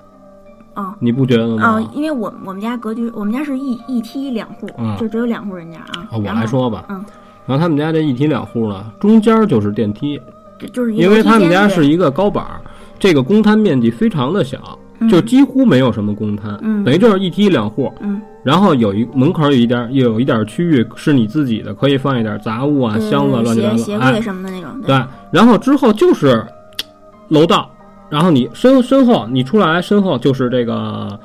S1: 哦
S2: 你不觉得吗？
S1: 哦，因为我我们家格局，我们家是一一梯两户，
S2: 嗯
S1: 就只有两户人家啊。
S2: 啊，我
S1: 然后
S2: 来说吧。
S1: 嗯
S2: 然后他们家这一梯两户呢，中间就是电梯，
S1: 就，就是一个
S2: 因为
S1: 梯
S2: 他们
S1: 间
S2: 家
S1: 对
S2: 是一个高板儿，这个公摊面积非常的小，
S1: 嗯
S2: 就几乎没有什么公摊，
S1: 嗯
S2: 等于就是一梯两户。
S1: 嗯
S2: 然后有一门口有一点儿有一点儿区域是你自己的，可以放一点儿杂物啊、
S1: 对
S2: 箱子
S1: 对
S2: 乱七八
S1: 呃嗯鞋
S2: 糟，
S1: 鞋柜
S2: 哎，
S1: 什么的那种，
S2: 对。然后之后就是嘖楼道，然后你身身后你出来，身后就是这个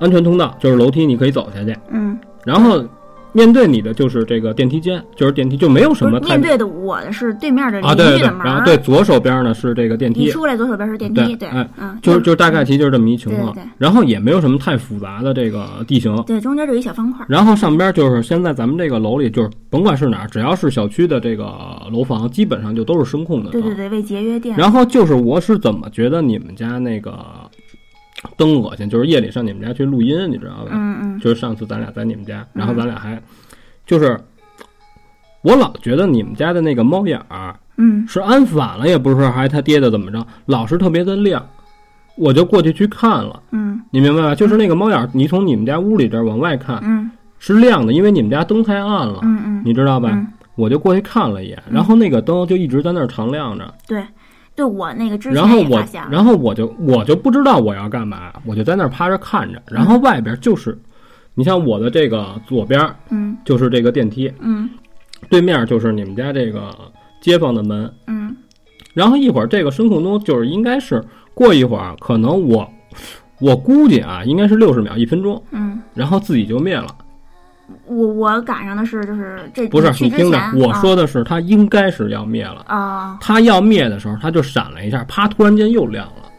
S2: 安全通道，就是楼梯，你可以走下去。
S1: 嗯，
S2: 然后面对你的就是这个电梯间，就是电梯，就没有什
S1: 不是
S2: 么太
S1: 面对的我的是对面的
S2: 啊，
S1: 邻
S2: 对对
S1: 居
S2: 对
S1: 的，门
S2: 然
S1: 儿
S2: 后，对左手边呢是这个电
S1: 你
S2: 梯，
S1: 出来左手边是电梯，
S2: 对
S1: 对
S2: 哎，
S1: 嗯，
S2: 就是就是大概其实就是这么一情况
S1: 对对对，
S2: 然后也没有什么太复杂的这个地形。
S1: 对，中间就一小方块儿，
S2: 然后上边就是现在咱们这个楼里，就是甭管是哪儿，只要是小区的这个楼房，基本上就都是声控的
S1: 对
S2: 灯。
S1: 对对，为节约电，
S2: 然后就是我是怎么觉得你们家那个灯恶心，就是夜里上你们家去录音，你知道吧？
S1: 嗯嗯，
S2: 就是上次咱俩在你们家，
S1: 嗯
S2: 然后咱俩还、就是我老觉得你们家的那个猫眼儿
S1: 嗯
S2: 是安反了，也不是说还他爹的怎么着，老是特别的亮，我就过去去看了。
S1: 嗯
S2: 你明白吧？就是那个猫眼儿，你从你们家屋里这儿往外看
S1: 嗯
S2: 是亮的，因为你们家灯太暗了，
S1: 嗯嗯，
S2: 啊你知道吧？
S1: 嗯
S2: 我就过去看了一眼，然后那个灯就一直在那儿常亮着。
S1: 对，对我那嗯个之
S2: 然后
S1: 前也
S2: 我
S1: 发现，了，
S2: 然后我就我就不知道我要干嘛，我就在那儿趴着看
S1: 嗯
S2: 着。然后外边就是，你像我的这个左边
S1: 嗯
S2: 就是这个电梯，
S1: 嗯
S2: 对面就是你们家这个街坊的门。
S1: 嗯
S2: 然后一会儿这个声控灯就是应该是过一会儿，可能我我估计啊，应该是六十秒一分钟，
S1: 嗯，
S2: 然后自己就灭了。
S1: 我我赶上的是就是这
S2: 不是
S1: 去
S2: 你
S1: 之
S2: 听着
S1: 前，
S2: 我说的是它应该是要灭了。
S1: 啊啊
S2: 它要灭的时候，它就闪了一下，啪，突然间又亮了。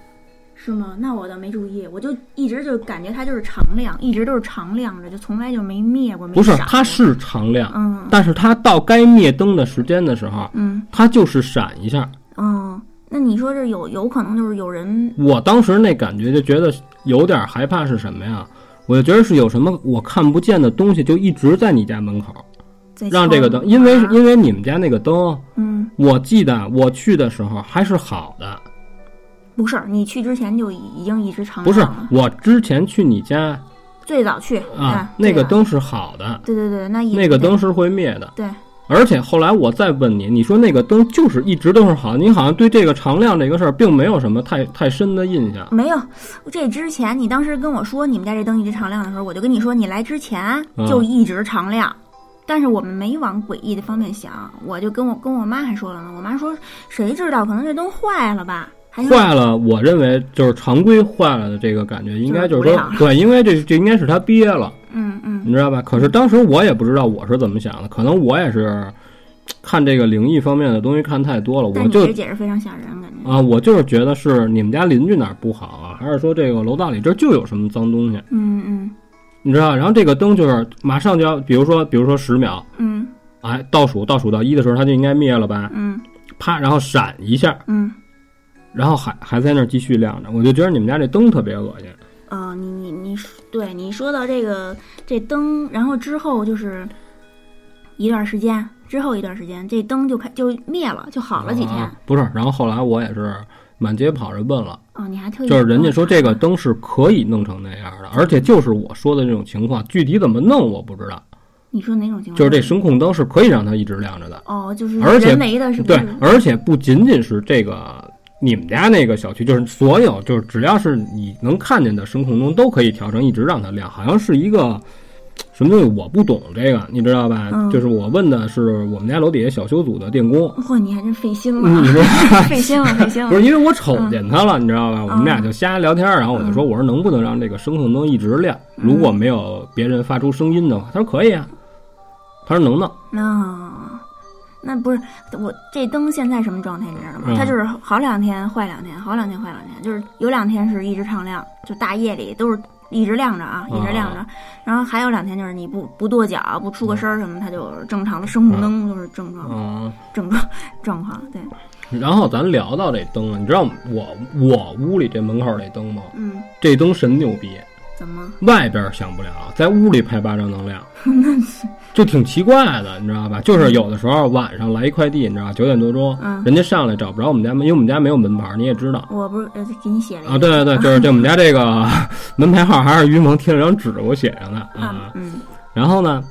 S1: 是吗？那我倒没注意，我就一直就感觉它就是常亮，一直都是常亮着，就从来就没灭过，没
S2: 不是，
S1: 嗯闪
S2: 它
S1: 过
S2: 是常亮，
S1: 嗯
S2: 但是它到该灭灯的时间的时候，
S1: 嗯
S2: 它就是闪一下。
S1: 嗯，那你说这有有可能就是有人
S2: 我当时那感觉就觉得有点害怕，是什么呀？我就觉得是有什么我看不见的东西就一直在你家门口，
S1: 在
S2: 让
S1: 敲
S2: 这个灯，因为
S1: 门啊
S2: 因为你们家那个灯，
S1: 嗯
S2: 我记得我去的时候还是好
S1: 啊
S2: 的，
S1: 不是你去之前就已经一直常
S2: 不是
S1: 亮了
S2: 我之前去你家
S1: 最早去
S2: 啊，
S1: 对
S2: 那个
S1: 吧
S2: 灯是好的，
S1: 对对对，那一
S2: 那个灯是会灭的。
S1: 对
S2: 而且后来我再问你，你说那个灯就是一直都是好，你好像对这个常亮这个事儿并没有什么太太深的印象。
S1: 没有，这之前你当时跟我说你们家这灯一直常亮的时候，我就跟你说你来之
S2: 啊
S1: 前就一直常亮，但是我们没往诡异的方面想，我就跟我跟我妈还说了呢，我妈说谁知道可能这灯坏了吧，还想
S2: 坏了，我认为就是常规坏了的这个感觉，应该就
S1: 就是不
S2: 是说
S1: 亮
S2: 对，因为这这应该是他憋了，
S1: 嗯嗯
S2: 你知道吧？可是当时我也不知道我是怎么想的，可能我也是看这个灵异方面的东西看太多了，
S1: 但
S2: 我
S1: 你
S2: 就
S1: 这解释非常吓人，感觉
S2: 啊，我就是觉得是你们家邻居哪儿不好啊，还是说这个楼道里这儿就有什么脏东西，
S1: 嗯嗯
S2: 你知道？然后这个灯就是马上就要，比如说比如说十秒，
S1: 嗯
S2: 哎，倒数倒数到一的时候，它就应该灭了吧？
S1: 嗯
S2: 啪，然后闪一下，
S1: 嗯，
S2: 然后还还在那儿继续亮着。我就觉得你们家这灯特别恶心。
S1: 哦，你你你说，对你说到这个这灯，然后之后就是一段时间，之后一段时间这灯就开就灭了，就好了几天。
S2: 啊不是，然后后来我也是满街跑着问了，
S1: 哦，你还特意
S2: 就是人家说这个灯是可以弄成那样的，而且就是我说的这种情况，具体怎么弄我不知道。
S1: 你说哪种情况？
S2: 就是这声控灯是可以让它一直亮着的，
S1: 哦，就是
S2: 而且
S1: 人为的是不
S2: 对
S1: 是？，
S2: 而且不仅仅是这个。你们家那个小区就是所有就是只要是你能看见的声控灯都可以调成一直让它亮，好像是一个什么东西我不懂这个，你知道吧？
S1: 嗯
S2: 就是我问的是我们家楼底下小修组的电工，嗯
S1: 嚯、你还真费心
S2: 你
S1: 了，
S2: 知道
S1: [LAUGHS] 费心了，费心
S2: 不
S1: 了。
S2: 是因为我瞅
S1: 嗯
S2: 见他了，你知道吧？我们俩就瞎聊天儿，然后我就说，我说能不能让这个声控灯一直亮？如
S1: 嗯
S2: 果没有别人发出声音的话，他说可以啊，他说能弄。
S1: 那、啊那不是我这灯现在什么状态，你知道吗？
S2: 嗯
S1: 它就是好两天坏两天，好两天坏两天，就是有两天是一直常亮，就大夜里都是一直亮着啊，一直亮着。然后还有两天就是你不不跺脚、不出个声儿什么，它就是正常的声控灯，就是正常、
S2: 嗯，
S1: 正常状况。对，
S2: 然后咱聊到这灯了，啊你知道我我屋里这门口这灯吗？
S1: 嗯，
S2: 这灯神牛逼，
S1: 怎么？
S2: 外边儿响不了，在屋里拍巴掌能
S1: [LAUGHS]
S2: 亮，就挺奇怪的，你知道吧？就是有的时候晚上来一快递，你知道九点多钟，
S1: 嗯
S2: 人家上来找不着我们家门，因为我们家没有门牌儿，你也
S1: [LAUGHS]
S2: 知道。
S1: 我不是呃给你写了一
S2: 啊，
S1: 个
S2: 对对对，就是这我们家这个 [LAUGHS] 门牌号还是于萌贴了张纸给我写上的啊。
S1: 嗯
S2: 然后呢，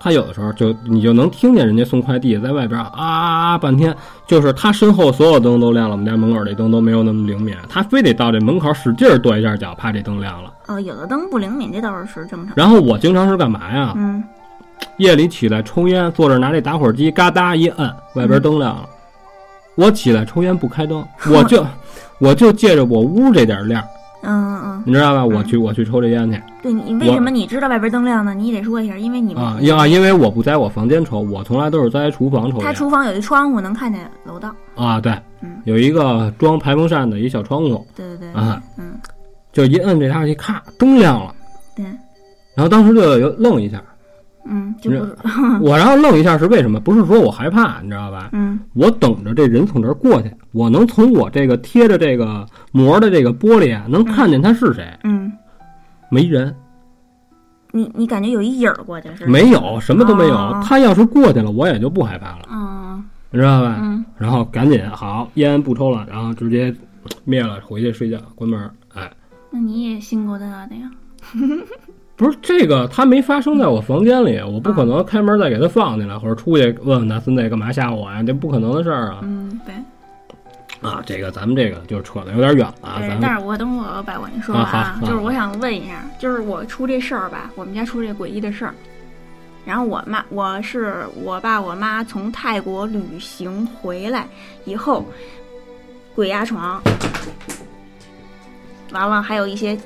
S2: 他有的时候就你就能听见人家送快递在外边啊啊啊啊半天，就是他身后所有灯都亮了，我们家门口这灯都没有那么灵敏，他非得到这门口使劲儿跺一下脚，怕这灯亮了。
S1: 哦，有的灯不灵敏，这倒是是正常。
S2: 然后我经常是干嘛呀？
S1: 嗯
S2: 夜里起来抽烟，坐着拿这打火机，嘎哒一摁，外边灯亮了。
S1: [LAUGHS]
S2: 我起来抽烟不开灯，我就我就借着我屋这点亮。
S1: 嗯嗯嗯，
S2: 你知道吧？我去我去抽这烟去
S1: 对你为
S2: 我
S1: 什么你知道外边灯亮呢？你得说一下，因为你们
S2: 啊，因啊，因为我不在我房间抽，我从来都是在厨房抽
S1: 他
S2: 烟
S1: 厨房有一窗户能看见楼道。
S2: 啊，对
S1: 嗯，
S2: 有一个装排风扇的一小窗户，
S1: 对对对，
S2: 啊
S1: 嗯，
S2: 就一摁这它一咔灯亮了，
S1: 对，
S2: 然后当时就有愣一下，
S1: 嗯，就不是，
S2: 我然后愣一下是为什么？不是说我害怕，你知道吧？
S1: 嗯
S2: 我等着这人从这儿过去，我能从我这个贴着这个膜的这个玻璃啊，能看见他是谁。
S1: 嗯，
S2: 没人，
S1: 你你感觉有一影儿过去是？，
S2: 没有，什么都没有。
S1: 哦
S2: 他要是过去了，我也就不害怕了，
S1: 嗯
S2: 你知道吧？
S1: 嗯
S2: 然后赶紧好，烟不抽了，然后直接灭了，回去睡觉，关门。哎，
S1: 那你也信过他的呀？
S2: 不是这个，它没发生在我房间里，我不可能开门再给它放进来，或者出去问问他孙子干嘛吓我呀，这不可能的事儿啊！
S1: 嗯，对，嗯
S2: 啊，这个咱们这个就扯的有点远了啊，
S1: 对
S2: 咱，们
S1: 但是我等我把我跟你说
S2: 啊
S1: 完
S2: 好好
S1: 就是我想问一下，就是我出这事儿吧，我们家出这诡异的事儿，然后我妈，我是我爸我妈从泰国旅行回来以后，鬼压床，完了还有一些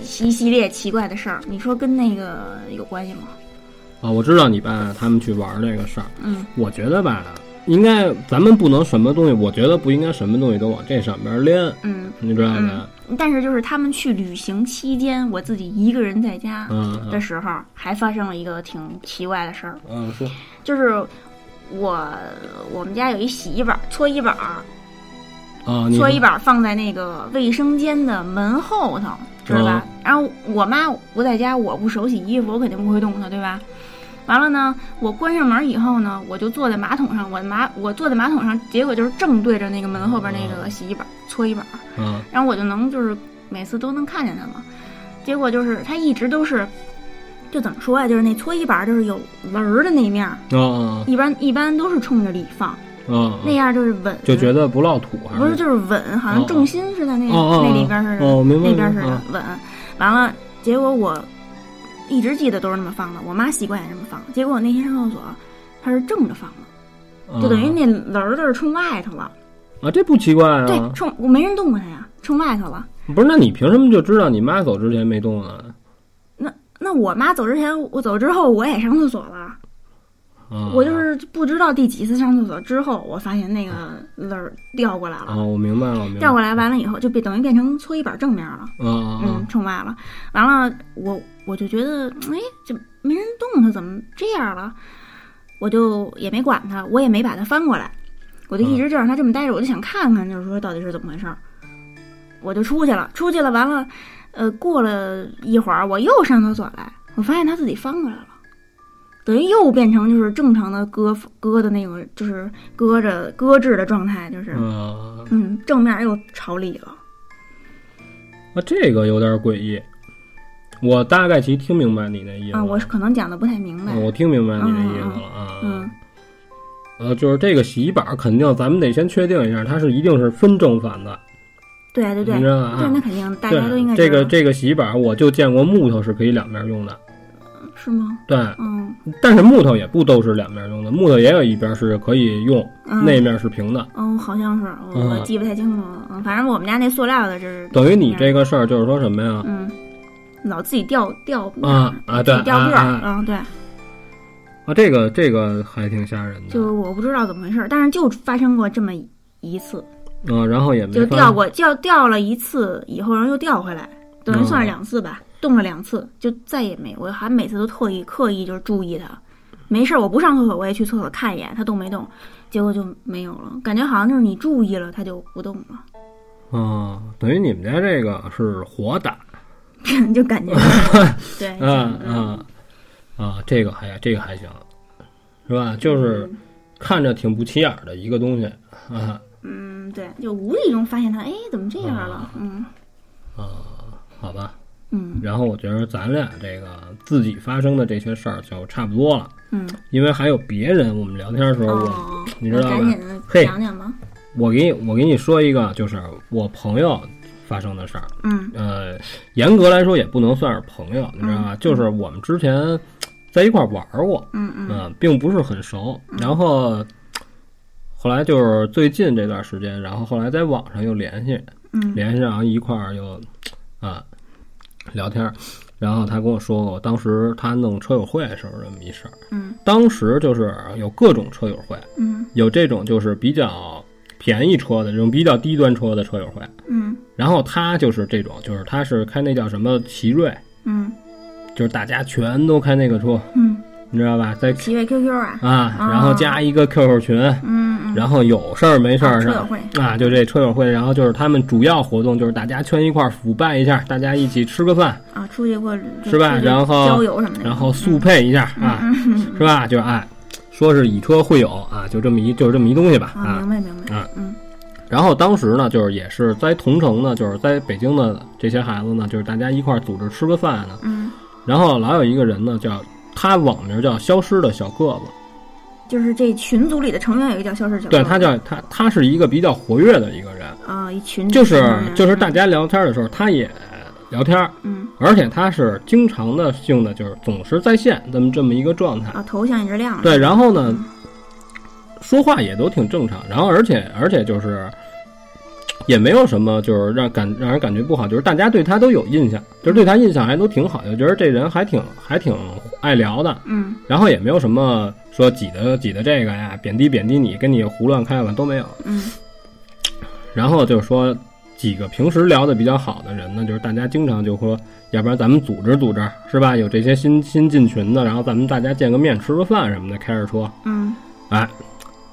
S1: 一系列奇怪的事儿，你说跟那个有关系吗？
S2: 啊，我知道你爸他们去玩这个事儿，
S1: 嗯
S2: 我觉得吧，应该咱们不能什么东西，我觉得不应该什么东西都往这上边连，
S1: 嗯，
S2: 你知道吧？
S1: 但是就是他们去旅行期间，我自己一个人在家
S2: 嗯
S1: 的
S2: 嗯
S1: 时候，还发生了一个挺奇怪的事儿。
S2: 嗯，说
S1: 就是我我们家有一洗衣板、搓衣板儿，
S2: 啊，你
S1: 搓衣板儿放在那个卫生间的门后头，知道吧？然后我妈不在家，我不手洗衣服，我肯定不会动它，对吧？完了呢，我关上门以后呢，我就坐在马桶上，我马我坐在马桶上，结果就是正对着那个门后边那个洗衣板、搓衣板儿，
S2: 啊
S1: 然后我就能就是每次都能看见它嘛。结果就是它一直都是，就怎么说呀、啊就是那搓衣板儿就是有棱儿的那面儿，
S2: 啊啊
S1: 一般一般都是冲着里放，
S2: 啊啊
S1: 那，样就是稳，
S2: 就觉得不落土还
S1: 不是就是稳，好像重心是在那、
S2: 哦哦
S1: 那里边似的，
S2: 哦，明白
S1: 那边似的、
S2: 啊
S1: 稳。完了，结果我一直记得都是那么放的，我妈习惯也这么放。结果我那天上厕所，她是正着放的，
S2: 啊
S1: 就等于那棱儿都是冲外头了。
S2: 啊，这不奇怪啊，
S1: 对，冲我没人动过它呀，冲外头了。
S2: 不是？那你凭什么就知道你妈走之前没动呢？
S1: 那那我妈走之前，我走之后我也上厕所了。
S2: 啊，
S1: 我就是不知道第几次上厕所之后，我发现那个棱儿掉过来了，
S2: 啊，我嗯明白了，我明白
S1: 掉
S2: 了
S1: 过来完了以后就变等于变成搓衣板正面了。
S2: 啊啊
S1: 嗯，冲外了。完了，我我就觉得，哎，这没人动它，怎么这样了？我就也没管它，我也没把它翻过来，我
S2: 嗯
S1: 就一直就让它这么待着，我就想看看，就是说到底是怎么回事儿。我就出去了，出去了，完了，呃，过了一会儿，我又上厕所来，我发现它自己翻过来了。等于又变成就是正常的搁搁的那个，就是搁着搁置的状态，就是
S2: 啊啊
S1: 嗯，正面又朝里了。
S2: 啊，这个有点诡异。我大概其听明白你的意思
S1: 啊，
S2: 了
S1: 我是可能讲的不太明白
S2: 啊。我听明白你的意思了啊。
S1: 嗯，
S2: 呃，就是这个洗衣板儿肯定咱们得先确定一下，它是一定是分正反的，
S1: 对对对，
S2: 你知
S1: 对，
S2: 道吧？啊
S1: 那肯定大
S2: 对
S1: 家都应该
S2: 这
S1: 知道
S2: 个这个洗衣板儿，我就见过木头是可以两边用的，
S1: 是吗？
S2: 对，
S1: 嗯
S2: 但是木头也不都是两边用的，木头也有一边是可以用，
S1: 嗯，
S2: 那面是平的。
S1: 哦，好像是我我
S2: 嗯
S1: 记不太清楚了，嗯反正我们家那塑料的这是
S2: 等于你这个事儿就是说什么呀？
S1: 嗯，老自己掉掉
S2: 啊啊，对
S1: 自己掉个
S2: 啊
S1: 儿，
S2: 啊
S1: 嗯对，
S2: 啊，这个这个还挺吓人的
S1: 就，我不知道怎么回事儿，但是就发生过这么一次，
S2: 嗯，然后也没
S1: 就
S2: 发
S1: 掉过掉掉了一次以后，然后又掉回来，等于算是
S2: 嗯
S1: 两次吧，动了两次，就再也没我还每次都特意刻意就是注意它。没事儿，我不上厕所，我也去厕所看一眼，它动没动，结果就没有了。感觉好像就是你注意了，它就不动了。 [LAUGHS]
S2: 啊，等于你们家这个是活打，
S1: 就感
S2: [LAUGHS]
S1: 觉对，
S2: 啊啊啊，这个还这个还行，是吧？就是看着挺不起眼儿的一个东西啊
S1: 嗯，对，就无意中发现它，哎，怎么这样了？嗯
S2: 啊，好吧。
S1: 嗯
S2: 然后我觉得咱俩这个自己发生的这些事儿就差不多了，
S1: 嗯，
S2: 因为还有别人，我们聊天的时候我
S1: 哦，
S2: 你知道吧
S1: 赶紧的
S2: 嘿
S1: 讲讲吧。
S2: 我给你，我给你说一个，就是我朋友发生的事儿。
S1: 嗯
S2: 呃，严格来说也不能算是朋友，你知道吧？就是我们之前在一块儿玩儿过，
S1: 嗯嗯
S2: 嗯、并不是很熟。然后后来就是最近这段时间，然后后来在网上又联系，
S1: 嗯
S2: 联系上一块儿又啊、聊天儿，然后他跟我说过，当时他弄车友会的时候这么一事儿。
S1: 嗯
S2: 当时就是有各种车友会，
S1: 嗯
S2: 有这种就是比较便宜车的这种比较低端车的车友会，
S1: 嗯
S2: 然后他就是这种，就是他是开那叫什么奇瑞，
S1: 嗯
S2: 就是大家全都开那个车，
S1: 嗯，
S2: 你知道吧？在
S1: 奇瑞 QQ 啊，
S2: 啊，然后加一个 QQ 群，
S1: 嗯嗯，
S2: 然后有事儿没事儿
S1: 啊车
S2: 上
S1: 友会，
S2: 啊，就这车友会，然后就是他们主要活动就是大家圈一块儿腐败一下，大家一起吃个饭，
S1: 啊，出去过
S2: 是吧然后
S1: 郊游什么的，
S2: 然后速配一下
S1: 嗯
S2: 啊，是吧？就是哎，说是以车会友啊，就这么一就是这么一东西吧
S1: 啊，
S2: 啊。
S1: 明白明白，嗯
S2: 然后当时呢，就是也是在同城呢，就是在北京的这些孩子呢，就是大家一块儿组织吃个饭啊呢。
S1: 嗯，
S2: 然后老有一个人呢，叫他网名叫消失的小个子，
S1: 就是这群组里的成员有一个叫消失小哥，
S2: 对他叫他他是一个比较活跃的一个人，
S1: 啊，一群
S2: 就是
S1: 成员
S2: 就是大家聊天的时候，他也聊天儿，
S1: 嗯
S2: 而且他是经常的性的，就是总是在线这么这么一个状态。
S1: 啊，头像一直亮着，
S2: 对，然后呢，说话也都挺正常，然后而且而且就是也没有什么就是让感让人感觉不好，就是大家对他都有印象，就是对他印象还都挺好，就觉得这人还挺还挺爱聊的，
S1: 嗯
S2: 然后也没有什么说挤的挤的这个呀，贬低贬低你，跟你胡乱开玩都没有。
S1: 嗯
S2: 然后就是说几个平时聊的比较好的人呢，就是大家经常就说，要不然咱们组织组织，是吧？有这些新新进群的，然后咱们大家见个面，吃个饭什么的，开着车，
S1: 嗯
S2: 哎，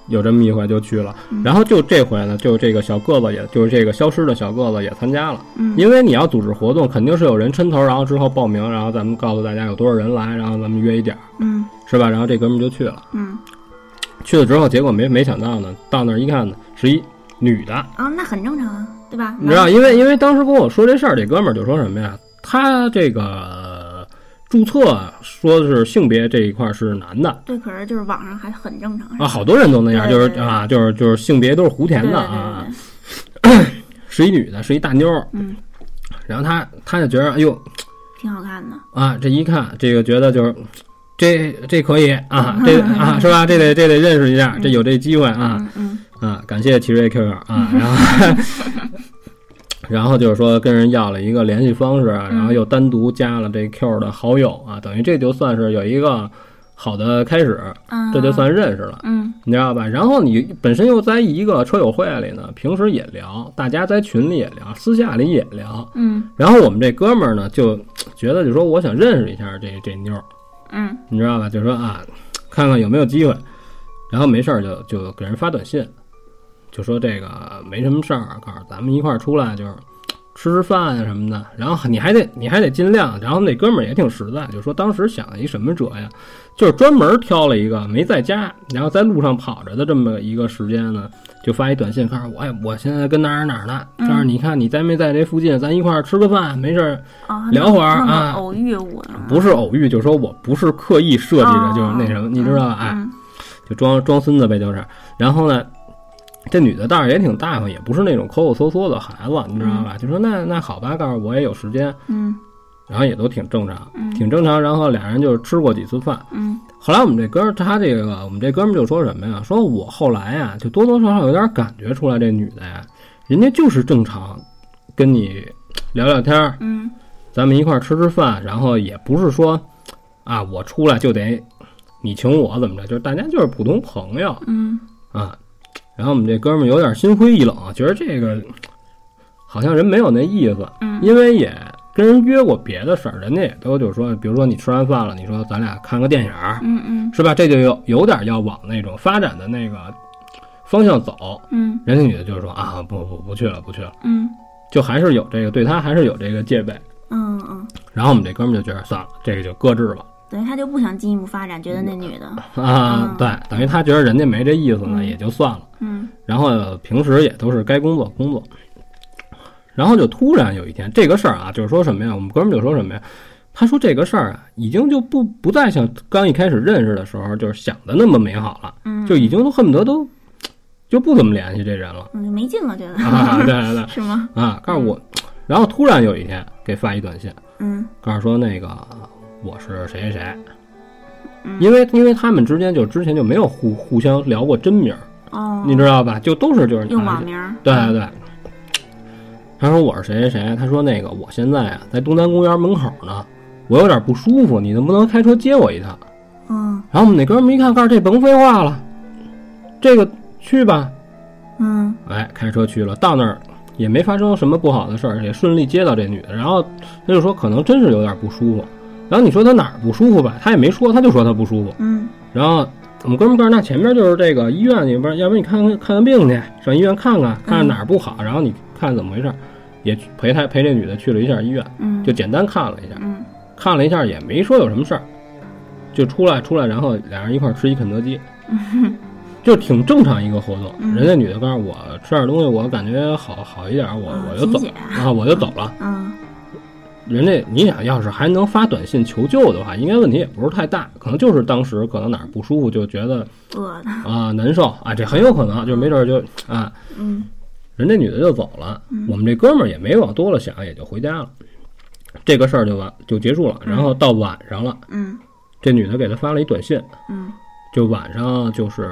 S2: 有这么一回就去了
S1: 嗯。
S2: 然后就这回呢，就这个小个子也，就是这个消失的小个子也参加了。
S1: 嗯，
S2: 因为你要组织活动，肯定是有人抻头，然后之后报名，然后咱们告诉大家有多少人来，然后咱们约一点儿，
S1: 嗯
S2: 是吧？然后这哥们儿就去了。
S1: 嗯
S2: 去了之后，结果没没想到呢，到那儿一看呢，是一女的。
S1: 啊，那很正常啊，对吧？
S2: 你知道，因为因为当时跟我说这事儿，这哥们儿就说什么呀？他这个注册说是性别这一块儿是男的
S1: 对，可是就是网上还很正常
S2: 啊，好多人都那样，
S1: 对
S2: 就是
S1: 对对
S2: 啊，就是就是性别都是胡填
S1: 对对
S2: 的
S1: 对
S2: 啊
S1: 对，，
S2: 是一女的，是一大妞儿。
S1: 嗯，
S2: 然后他他就觉得，哎呦
S1: 挺好看的，
S2: 啊，这一看这个觉得就是。这这可以啊，
S1: [LAUGHS]
S2: 这啊是吧？这得这得认识一下，这有这机会啊
S1: 嗯嗯
S2: 啊！感谢奇瑞 QQ 啊，然后然后就是说跟人要了一个联系方式，啊然后又单独加了这 Q 的好友啊，等于这就算是有一个好的开始，
S1: 嗯，
S2: 这就算认识了，
S1: 嗯
S2: 你知道吧？然后你本身又在一个车友会里呢，平时也聊，大家在群里也聊，私下里也聊。
S1: 嗯
S2: 然后我们这哥们儿呢，就觉得就说我想认识一下这这妞儿，
S1: 嗯
S2: 你知道吧？就说啊，看看有没有机会，然后没事儿就就给人发短信，就说这个没什么事儿，啊告诉咱们一块儿出来就是吃吃饭啊什么的。然后你还得你还得尽量。然后那哥们儿也挺实在，就说当时想一什么辙呀，就是专门挑了一个没在家，然后在路上跑着的这么一个时间呢，就发一短信告诉我，哎，我现在跟哪儿哪儿呢？
S1: 嗯
S2: 告诉你看你在没在这附近，咱一块儿吃个饭，没事儿
S1: 啊，
S2: 聊会儿
S1: 那么
S2: 啊
S1: 偶遇我了
S2: 不是偶遇，就说我不是刻意设计的，
S1: 哦
S2: 就是那什么，你知道吧？哎，
S1: 嗯
S2: 就装装孙子呗，就是。然后呢，这女的倒是也挺大方，也不是那种抠抠搜搜的孩子，你知道吧？就说那那好吧，告诉我也有时间，
S1: 嗯
S2: 然后也都挺正常，
S1: 嗯
S2: 挺正常。然后俩人就是吃过几次饭。
S1: 嗯
S2: 后来我们这哥儿他这个我们这哥们儿就说什么呀？说我后来呀，就多多少少有点感觉出来，这女的呀，人家就是正常跟你聊聊天儿，
S1: 嗯
S2: 咱们一块儿吃吃饭，然后也不是说啊，我出来就得你请我怎么着，就是大家就是普通朋友
S1: 嗯
S2: 啊。然后我们这哥们儿有点心灰意冷，啊觉得这个好像人没有那意思，
S1: 嗯
S2: 因为也跟人约过别的事儿，人家也都就是说，比如说你吃完饭了，你说咱俩看个电影儿，
S1: 嗯嗯
S2: 是吧？这就有有点要往那种发展的那个方向走。
S1: 嗯
S2: 人家女的就说啊，不不不去了，不去了，
S1: 嗯
S2: 就还是有这个对他还是有这个戒备。
S1: 嗯嗯，
S2: 然后我们这哥们儿就觉得算了，这个就搁置吧。
S1: 等于他就不想进一步发展，觉得那女的，
S2: 啊
S1: 嗯，
S2: 对，等于他觉得人家没这意思呢，
S1: 嗯
S2: 也就算了。
S1: 嗯
S2: 然后平时也都是该工作工作。然后就突然有一天，这个事儿啊，就是说什么呀？我们哥们儿就说什么呀？他说这个事儿啊，已经就不不再像刚一开始认识的时候，就是想的那么美好了，
S1: 嗯，
S2: 就已经都恨不得都就不怎么联系这人了 [LAUGHS]
S1: 嗯就没劲了，觉得
S2: 啊！对对对
S1: 是吗？
S2: 啊！告诉我，然后突然有一天给发一短信，
S1: 嗯
S2: 告诉说那个我是谁谁谁，
S1: 嗯
S2: 因为因为他们之间就之前就没有互互相聊过真名儿，
S1: 哦，
S2: 你知道吧？就都是就是
S1: 用
S2: 啊
S1: 网名儿，
S2: 对对对。他说我是谁谁谁，他说那个我现在啊在东单公园门口呢，我有点不舒服，你能不能开车接我一趟？
S1: 嗯
S2: 然后我们那哥们一看，告诉这甭废话了，这个去吧，
S1: 嗯
S2: 哎，开车去了，到那儿也没发生什么不好的事儿，也顺利接到这女的。然后他就说可能真是有点不舒服。然后你说她哪儿不舒服吧，她也没说，她就说她不舒服。
S1: 嗯
S2: 然后我们哥们儿告诉她那前面就是这个医院，你不然要不然你看看看看病去，上医院看看看看哪儿不好，然后你看怎么回事儿，也陪她陪这女的去了一下医院，
S1: 嗯
S2: 就简单看了一下，
S1: 嗯
S2: 看了一下也没说有什么事儿，就出来出来，然后俩人一块儿吃一肯德基，就挺正常一个活动。
S1: 嗯
S2: 人家女的告诉我吃点东西，我感觉好好一点，我
S1: 啊
S2: 我就走
S1: 贫血
S2: 啊，我就走了。
S1: 嗯
S2: 人家你想要是还能发短信求救的话，应该问题也不是太大，可能就是当时可能哪儿不舒服，就觉得
S1: 饿的
S2: 啊难受啊，这很有可能，就没准儿就啊，
S1: 嗯
S2: 人这女的就走了，我们这哥们儿也没往多了想，也就回家了。这个事儿就完就结束了，然后到晚上了，
S1: 嗯
S2: 这女的给他发了一短信，
S1: 嗯
S2: 就晚上就是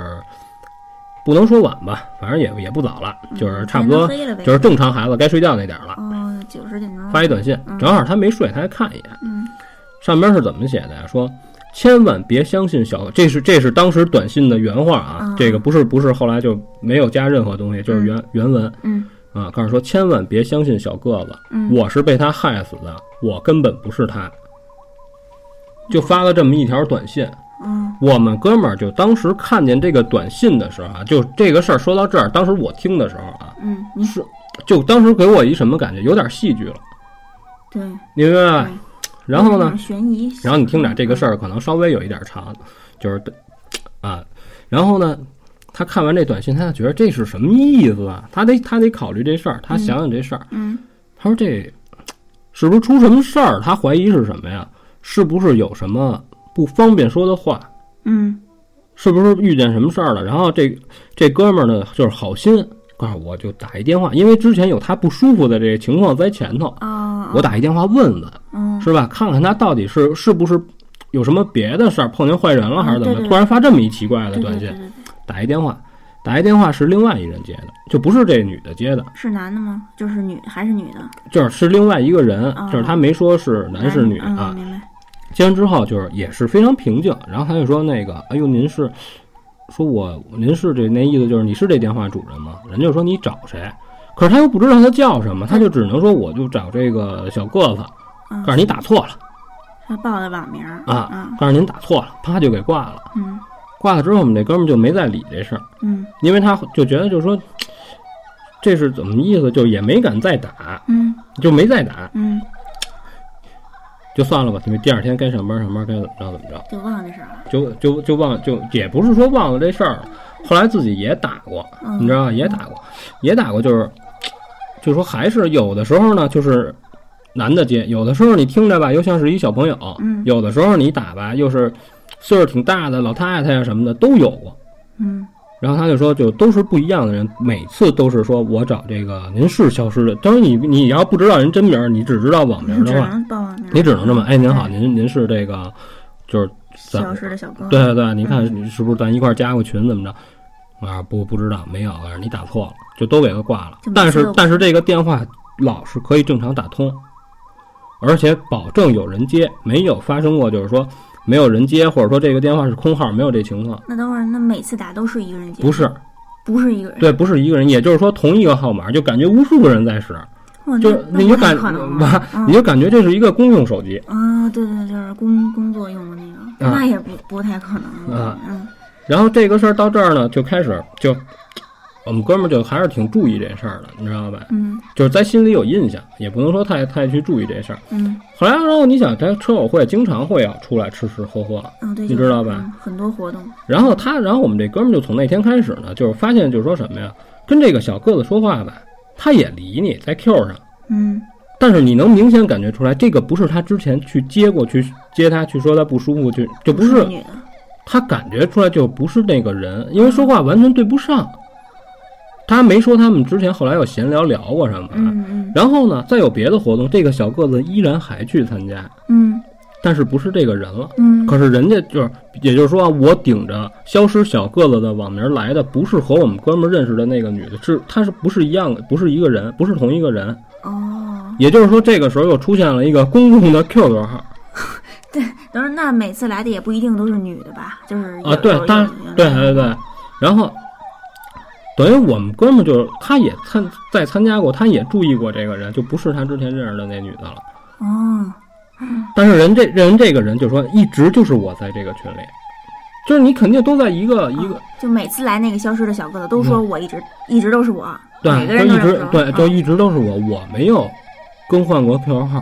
S2: 不能说晚吧，反正也也不早了，就是差不多
S1: 嗯天都黑了呗
S2: 就是正常孩子该睡觉那点儿了。
S1: 哦九十点钟
S2: 发一短信，正好他没睡，他还看一眼，
S1: 嗯
S2: 上边是怎么写的呀？说千万别相信小，这是这是当时短信的原话啊
S1: 嗯，
S2: 这个不是不是后来就没有加任何东西，就是原原文
S1: 嗯
S2: 啊，告诉说千万别相信小个子，
S1: 嗯
S2: 我是被他害死的，我根本不是他。就发了这么一条短信，
S1: 嗯
S2: 我们哥们儿就当时看见这个短信的时候啊，就这个事儿说到这儿，当时我听的时候啊，
S1: 嗯你
S2: 是就当时给我一什么感觉，有点戏剧了，
S1: 对
S2: 你明白吧
S1: 嗯？
S2: 然后呢，
S1: 悬疑
S2: 然后你听着，这个事儿可能稍微有一点长，就是啊，然后呢，他看完这短信，他就觉得这是什么意思啊？他得他得考虑这事儿，他想想这事儿。
S1: 嗯
S2: 他说这是不是出什么事儿？他怀疑是什么呀？是不是有什么不方便说的话？
S1: 嗯
S2: 是不是遇见什么事儿了？然后这这哥们儿呢，就是好心告诉我就打一电话，因为之前有他不舒服的这个情况在前头，
S1: 哦
S2: 我打一电话问问。
S1: 嗯
S2: 是吧？看看他到底是是不是有什么别的事儿，碰见坏人了还是怎么
S1: 嗯对
S2: 的？
S1: 对
S2: 突然发这么一奇怪
S1: 嗯
S2: 的
S1: 对对
S2: 短
S1: 对
S2: 信，
S1: 对对
S2: 打一电话，打一电话是另外一人接的，就不是这女的接的，
S1: 是男的吗？就是女还是女的？
S2: 就是是另外一个人
S1: 哦，
S2: 就是他没说是男是女
S1: 嗯
S2: 啊。
S1: 明白。
S2: 接完之后就是也是非常平静，然后他就说那个，哎呦，您是。说我您是这那意思就是你是这电话主人吗？人家就说你找谁，可是他又不知道他叫什么，他就只能说我就找这个小个子，
S1: 嗯
S2: 告诉你打错了
S1: 他报的网名儿
S2: 啊，告诉您打错了，啪就给挂了。
S1: 嗯
S2: 挂了之后，我们这哥们儿就没再理这事儿，
S1: 嗯
S2: 因为他就觉得就是说，这是怎么意思，就也没敢再打，
S1: 嗯
S2: 就没再打，
S1: 嗯，
S2: 就算了吧。因为第二天该上班上班，该怎么着怎
S1: 就
S2: 么着，
S1: 忘这事儿了。
S2: 就就就忘就也不是说忘了这事儿了。后来自己也打过，
S1: 嗯
S2: 你知道吧？也打过，也打过，就是就是说还是有的时候呢，就是男的接，有的时候你听着吧，又像是一小朋友，
S1: 嗯
S2: 有的时候你打吧，又是岁数挺大的老太太呀什么的都有啊过。
S1: 嗯
S2: 然后他就说，就都是不一样的人，每次都是说我找这个您是消失的。当然你你要不知道人真名儿，你只知道网名儿
S1: 你只
S2: 的话，
S1: 能报网名儿。嗯
S2: 你只能这么哎您好，您您是这个就是咱
S1: 消失的小哥。
S2: 对对对，你看你是不是咱一块儿加个群怎么着？啊不不知道没有，啊你打错了，就都给他挂了
S1: 就。每
S2: 但
S1: 次
S2: 是
S1: 都
S2: 但是这个电话老是可以正常打通，而且保证有人接，没有发生过就是说没有人接，或者说这个电话是空号，没有这情况。
S1: 那等会儿，那每次打都是一个人接，
S2: 不是，
S1: 不是一个人，
S2: 对，不是一个人，也就是说同一个号码，就感觉无数个人在使，
S1: 哇
S2: 就
S1: 那
S2: 你就
S1: 那不太
S2: 感
S1: 可能了
S2: 吧，你就感觉这是一个公用手机。
S1: 啊，对对，对就是工工作用的那个，
S2: 啊
S1: 那也不不太可能
S2: 啊，
S1: 嗯
S2: 然后这个事儿到这儿呢，就开始就我们哥们儿就还是挺注意这事儿的，你知道吧？
S1: 嗯
S2: 就是在心里有印象，也不能说太太去注意这事儿。
S1: 嗯
S2: 后来，然后你想，他车友会经常会要出来吃吃喝喝，
S1: 嗯，对，
S2: 你
S1: 就
S2: 知道
S1: 是
S2: 吧
S1: 嗯很多活动，
S2: 然后他，然后我们这哥们儿就从那天开始呢，就是发现就是说什么呀，跟这个小个子说话吧，他也理你，在 Q 上。
S1: 嗯
S2: 但是你能明显感觉出来，这个不是他之前去接过去接他去说他不舒服去，就不是啊
S1: 女的，
S2: 他感觉出来就不是那个人，因为说话完全对不上。他没说他们之前后来有闲聊聊过什么啊，
S1: 嗯嗯
S2: 然后呢再有别的活动，这个小个子依然还去参加，
S1: 嗯
S2: 但是不是这个人了。
S1: 嗯，
S2: 可是人家就是，也就是说啊，我顶着消失小个子的网名来的，不是和我们哥们儿认识的那个女的，是她是不是一样的，不是一个人，不是同一个人。
S1: 哦
S2: 也就是说，这个时候又出现了一个公共的 Q 多号
S1: 都是那每次来的也不一定都是女的吧？就是哦有嗯
S2: 啊，对，当然，对对对，然后等于我们哥们儿就是他也参在参加过，他也注意过这个人，就不是他之前认识的那女的了。
S1: 哦，
S2: 但是人这人这个人就说，一直就是我在这个群里，就是你肯定都在一个一个嗯
S1: 就每次来那个消失的小哥哥都说我一直、一直都是我，
S2: 对，
S1: 每个
S2: 就
S1: 人都
S2: 一
S1: 这么
S2: 直
S1: 说
S2: 对，就
S1: 嗯
S2: 一直都是我，我没有更换过 QQ 号。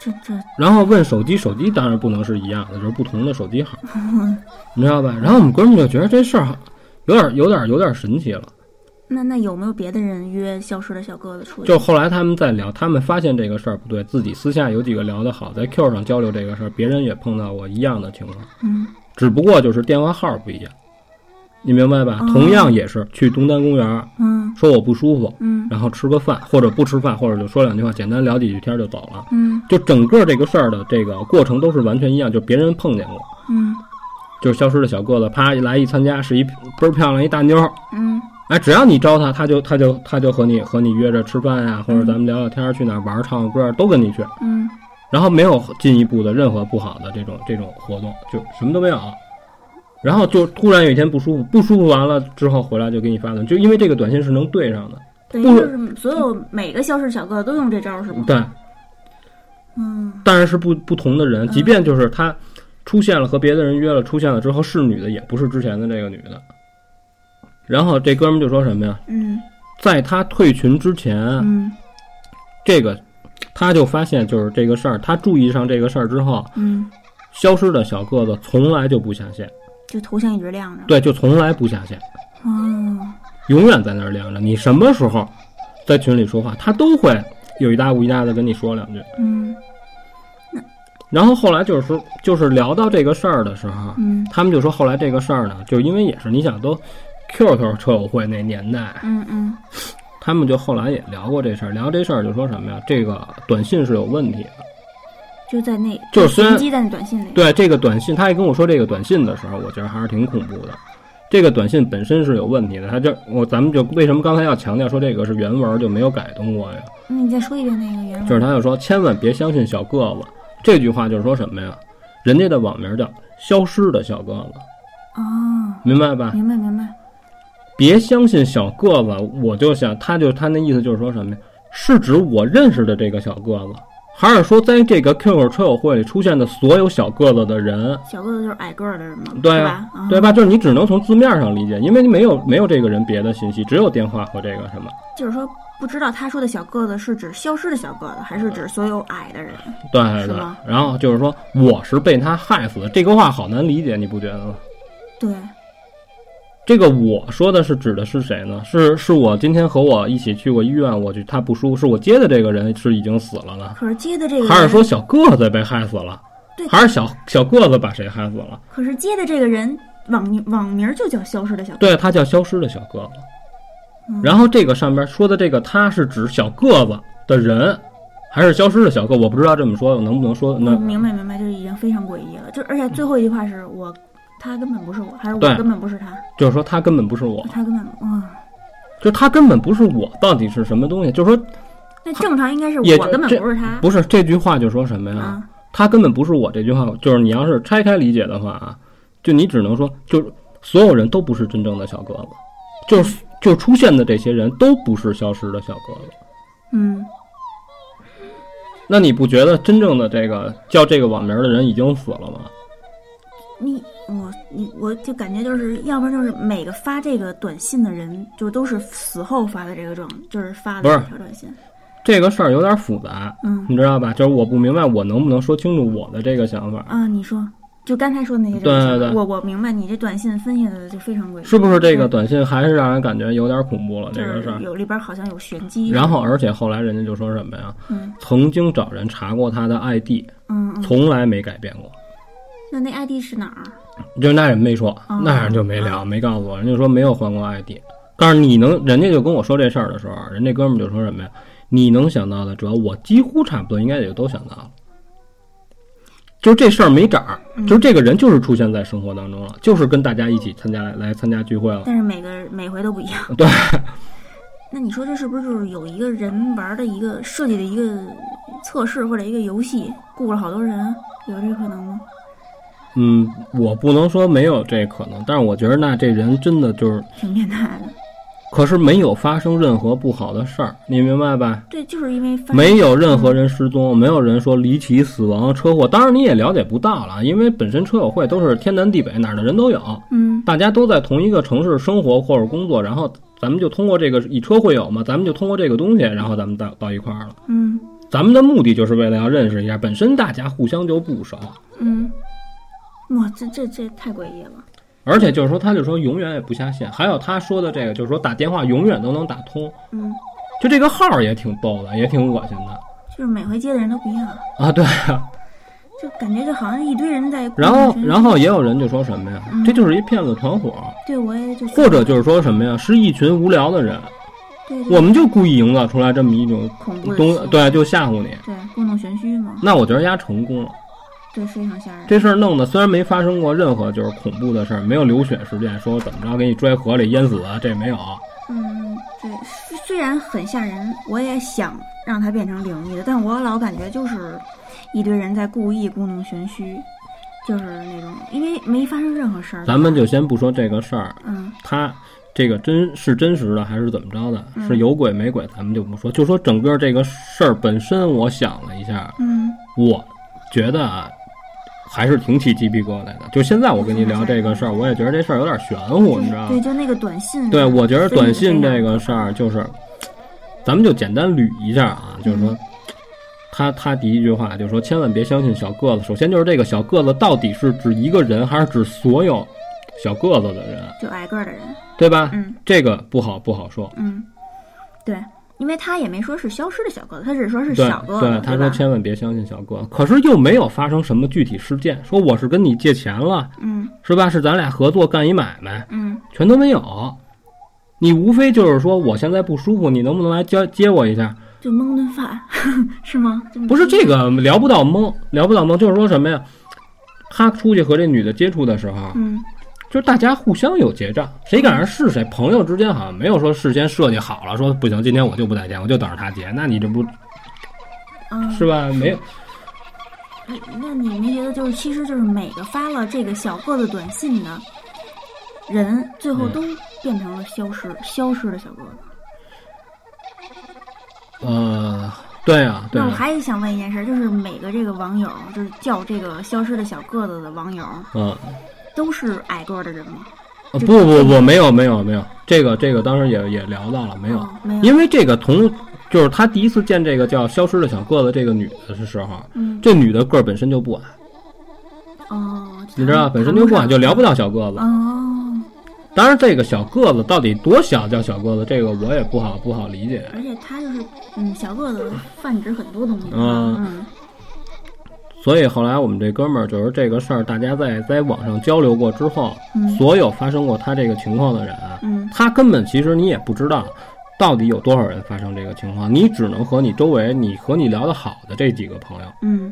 S1: 这这
S2: 然后问手机，手机当然不能是一样的，就是不同的手机号， [LAUGHS] 你知道吧？然后我们哥们儿就觉得这事儿有点、有点、有点神奇了。
S1: 那那有没有别的人约消失的小哥哥出去？
S2: 就后来他们在聊，他们发现这个事儿不对，自己私下有几个聊得好，在 Q 上交流这个事儿，别人也碰到过一样的情况，
S1: 嗯，
S2: 只不过就是电话号不一样，你明白吧？
S1: 哦
S2: 同样也是去东单公园，
S1: 嗯
S2: 说我不舒服，
S1: 嗯
S2: 然后吃个饭，或者不吃饭，或者就说两句话，简单聊几句天儿就走了。
S1: 嗯
S2: 就整个这个事儿的这个过程都是完全一样，就别人碰见过，
S1: 嗯
S2: 就是消失的小个子，啪一来一参加是一倍儿漂亮一大妞儿，
S1: 嗯
S2: 哎，只要你招她，她就她就她就和你和你约着吃饭呀、或者咱们聊聊天儿，去哪儿玩儿、唱个歌儿都跟你去，
S1: 嗯，
S2: 然后没有进一步的任何不好的这种这种活动，就什么都没有。然后就突然有一天不舒服，不舒服完了之后回来就给你发短信，就因为这个短信是能对上的，
S1: 等于
S2: 不
S1: 就是所有每个消失小哥哥都用这招是吗？
S2: 对，
S1: 嗯
S2: 当然是不不同的人，即便就是她出现了和别的人约了，出现了之后是女的，也不是之前的这个女的。然后这哥们就说什么呀？
S1: 嗯
S2: 在他退群之前，
S1: 嗯
S2: 这个他就发现就是这个事儿，他注意上这个事儿之后，
S1: 嗯，
S2: 消失的小个子从来就不下线，
S1: 就头像一直亮着。
S2: 对，就从来不下线，
S1: 哦，
S2: 永远在那儿晾着。你什么时候在群里说话，他都会有一搭无一搭的跟你说两句。
S1: 嗯
S2: 然后后来就是说，就是聊到这个事儿的时候，啊
S1: 嗯
S2: 他们就说后来这个事儿呢，就因为也是你想都 QQ 车友会那年代，
S1: 嗯嗯
S2: 他们就后来也聊过这事儿，聊这事儿就说什么呀？这个短信是有问题的。
S1: 就在那，
S2: 就是虽然
S1: 随机在那短信里。
S2: 对这个短信，他也跟我说这个短信的时候，我觉得还是挺恐怖的。这个短信本身是有问题的，他就我咱们就为什么刚才要强调说这个是原文就没有改动过呀？
S1: 那嗯你再说一遍那个原文。
S2: 就是他就说千万别相信小个子，这句话就是说什么呀？人家的网名叫消失的小个
S1: 哦，
S2: 子，明白吧？
S1: 明白明白。
S2: 别相信小个子，我就想，他就他那意思就是说什么呀？是指我认识的这个小个子，还是说在这个 QQ 车友会里出现的所有小个子的人？
S1: 小个子就是矮个儿的人嘛，
S2: 对
S1: 是
S2: 啊
S1: 吧？嗯
S2: 对？吧？就是你只能从字面上理解，因为你没有没有这个人别的信息，只有电话和这个什么。
S1: 就是说，不知道他说的小个子是指消失的小个子，还是指所有矮的人？
S2: 对
S1: 是
S2: 对
S1: 吗。
S2: 然后就是说我是被他害死的，这个话好难理解，你不觉得吗？
S1: 对，
S2: 这个我说的是指的是谁呢？是是我今天和我一起去过医院，我去他不舒服，是我接的这个人是已经死了呢？
S1: 可是接的这个人
S2: 还是说小个子被害死了
S1: 对？
S2: 还是小小个子把谁害死了？
S1: 可是接的这个人网名网名就叫消失的小个
S2: 对，他叫消失的小个子
S1: 嗯。
S2: 然后这个上边说的这个他是指小个子的人，还是消失的小个？我不知道这么说能不能说
S1: 子。
S2: 那
S1: 我明白明白，就是已经非常诡异了。就而且最后一句话是我，他根本不是我，还是我
S2: 对
S1: 根本不是他，
S2: 就是说他根本不是我，
S1: 他根本嗯哇。
S2: 就他根本不是我，到底是什么东西？就是说
S1: 那正常应该是
S2: 也
S1: 我根本
S2: 这
S1: 不是他
S2: 不是这句话就说什么呀？
S1: 啊，
S2: 他根本不是我这句话，就是你要是拆开理解的话啊，就你只能说就是所有人都不是真正的小个子，就是就出现的这些人都不是消失的小个子。
S1: 嗯，
S2: 那你不觉得真正的这个叫这个网名的人已经死了吗？
S1: 你我你我就感觉就是，要不然就是每个发这个短信的人，就都是死后发的这个状，就是发
S2: 不
S1: 的
S2: 是
S1: 这条短信。
S2: 这个事儿有点复杂，
S1: 嗯
S2: 你知道吧？就是我不明白，我能不能说清楚我的这个想法，
S1: 啊，你说，就刚才说的那些
S2: 对
S1: 短信，
S2: 对对
S1: 我我明白你这短信分析的就非常诡异，
S2: 是不是这个短信还是让人感觉有点恐怖了？这
S1: 就
S2: 个事儿
S1: 是。有里边好像有玄机。
S2: 然后，而且后来人家就说什么呀？
S1: 嗯
S2: 曾经找人查过他的 ID，
S1: 嗯嗯，
S2: 从来没改变过。
S1: 那那 ID 是哪儿？
S2: 就那人没说
S1: 哦，
S2: 那人就没聊，没告诉我，人家说没有换过 ID。但是你能，人家就跟我说这事儿的时候，啊人家哥们儿就说什么呀？你能想到的，主要我几乎差不多应该也都想到了。就是这事儿没涨，就是这个人就是出现在生活当中了，就是跟大家一起参加来参加聚会了。
S1: 但是每个每回都不一样。
S2: 对，
S1: 那你说这是不是就是有一个人玩的一个设计的一个测试或者一个游戏，雇了好多人，有这可能吗？
S2: 嗯，我不能说没有这可能，但是我觉得那这人真的就是，
S1: 挺变态的。
S2: 可是没有发生任何不好的事儿，你明白吧？
S1: 对，就是因为发现
S2: 没有任何人失踪，没有人说离奇死亡、车祸，当然你也了解不到了，因为本身车友会都是天南地北哪儿的人都有，
S1: 嗯
S2: 大家都在同一个城市生活或者工作，然后咱们就通过这个以车会友嘛，咱们就通过这个东西，然后咱们到到一块儿了。
S1: 嗯
S2: 咱们的目的就是为了要认识一下，本身大家互相就不熟，
S1: 嗯，哇，这这这太诡异了。
S2: 而且就是说，他就说永远也不下线。还有他说的这个，就是说打电话永远都能打通，
S1: 嗯，
S2: 就这个号儿也挺逗的，也挺恶心的
S1: 就是每回接的人都不一样，
S2: 啊。对啊，
S1: 就感觉就好像一堆人在。
S2: 然后然后也有人就说什么呀，这就是一骗子团伙，
S1: 对我也就
S2: 或者就是说什么呀，是一群无聊的人，
S1: 对对
S2: 我们就故意营造出来这么一种
S1: 恐怖的气
S2: 东，
S1: 氛
S2: 对，就吓唬你。
S1: 对故弄玄虚嘛，
S2: 那我觉得丫成功了。
S1: 对，非常吓人。
S2: 这事儿弄得虽然没发生过任何就是恐怖的事儿，没有流血事件，说怎么着给你拽河里淹死啊，这没有。
S1: 嗯，对，虽虽然很吓人，我也想让它变成灵异的，但我老感觉就是一堆人在故意故弄玄虚，就是那种因为没发生任何事儿。
S2: 咱们就先不说这个事儿，
S1: 嗯
S2: 它这个真是真实的还是怎么着的，是有鬼没鬼，咱们就不说，就说整个这个事儿本身，我想了一下，
S1: 嗯
S2: 我觉得啊，还是挺起鸡皮疙瘩的。就现在我跟你聊这个事儿，我也觉得这事儿有点玄乎，你知道
S1: 对，
S2: 吗？
S1: 就那个短信。
S2: 对，我觉得短信这
S1: 个，
S2: 个事儿就是，咱们就简单捋一下啊，就是说。他他第一句话就说：“千万别相信小个子。首先就是这个小个子到底是指一个人，还是指所有小个子的人，
S1: 就矮个儿的人，
S2: 对吧？
S1: 嗯
S2: 这个不好不好说。
S1: 嗯，对，因为他也没说是消失的小个子，他只是说是
S2: 对
S1: 小个子，
S2: 对，他说
S1: 吧
S2: 千万别相信小哥，可是又没有发生什么具体事件，说我是跟你借钱了，
S1: 嗯
S2: 是吧？是咱俩合作干一买卖，
S1: 嗯
S2: 全都没有。你无非就是说我现在不舒服，你能不能来接接我一下？
S1: 就蒙顿饭 [LAUGHS] 是吗？就
S2: 不是这个聊不到懵，聊不到懵，就是说什么呀？他出去和这女的接触的时候，啊
S1: 嗯
S2: 就是大家互相有结账，谁赶上是谁。朋友之间好像没有说事先设计好了，说不行，今天我就不带见，我就等着他结。那你这不
S1: 嗯，
S2: 是吧？没有。
S1: 哎那你没觉得就是，其实就是每个发了这个小个子短信的人，最
S2: 嗯
S1: 后都变成了消失、消失的小个子。
S2: 呃，对啊，对
S1: 那我
S2: 啊，
S1: 还想问一件事，就是每个这个网友，就是叫这个消失的小个子的网友，
S2: 嗯，
S1: 都是矮个儿的人吗？
S2: 呃不不不，没有没有没有，这个这个当时也也聊到了，没有，
S1: 哦没有，
S2: 因为这个同就是他第一次见这个叫消失的小个子这个女的的时候，
S1: 嗯，
S2: 这女的个儿本身就不矮，
S1: 哦，
S2: 你知道吧，本身就不矮，就聊不到小个子。
S1: 哦，
S2: 当然，这个小个子到底多小叫小个子，这个我也不好不好理解。
S1: 而且他就是嗯，小个子泛指很多东西，
S2: 嗯
S1: 嗯
S2: 所以后来我们这哥们儿就是这个事儿，大家在在网上交流过之后，
S1: 嗯
S2: 所有发生过他这个情况的人啊，
S1: 嗯
S2: 他根本其实你也不知道，到底有多少人发生这个情况，你只能和你周围你和你聊得好的这几个朋友，
S1: 嗯，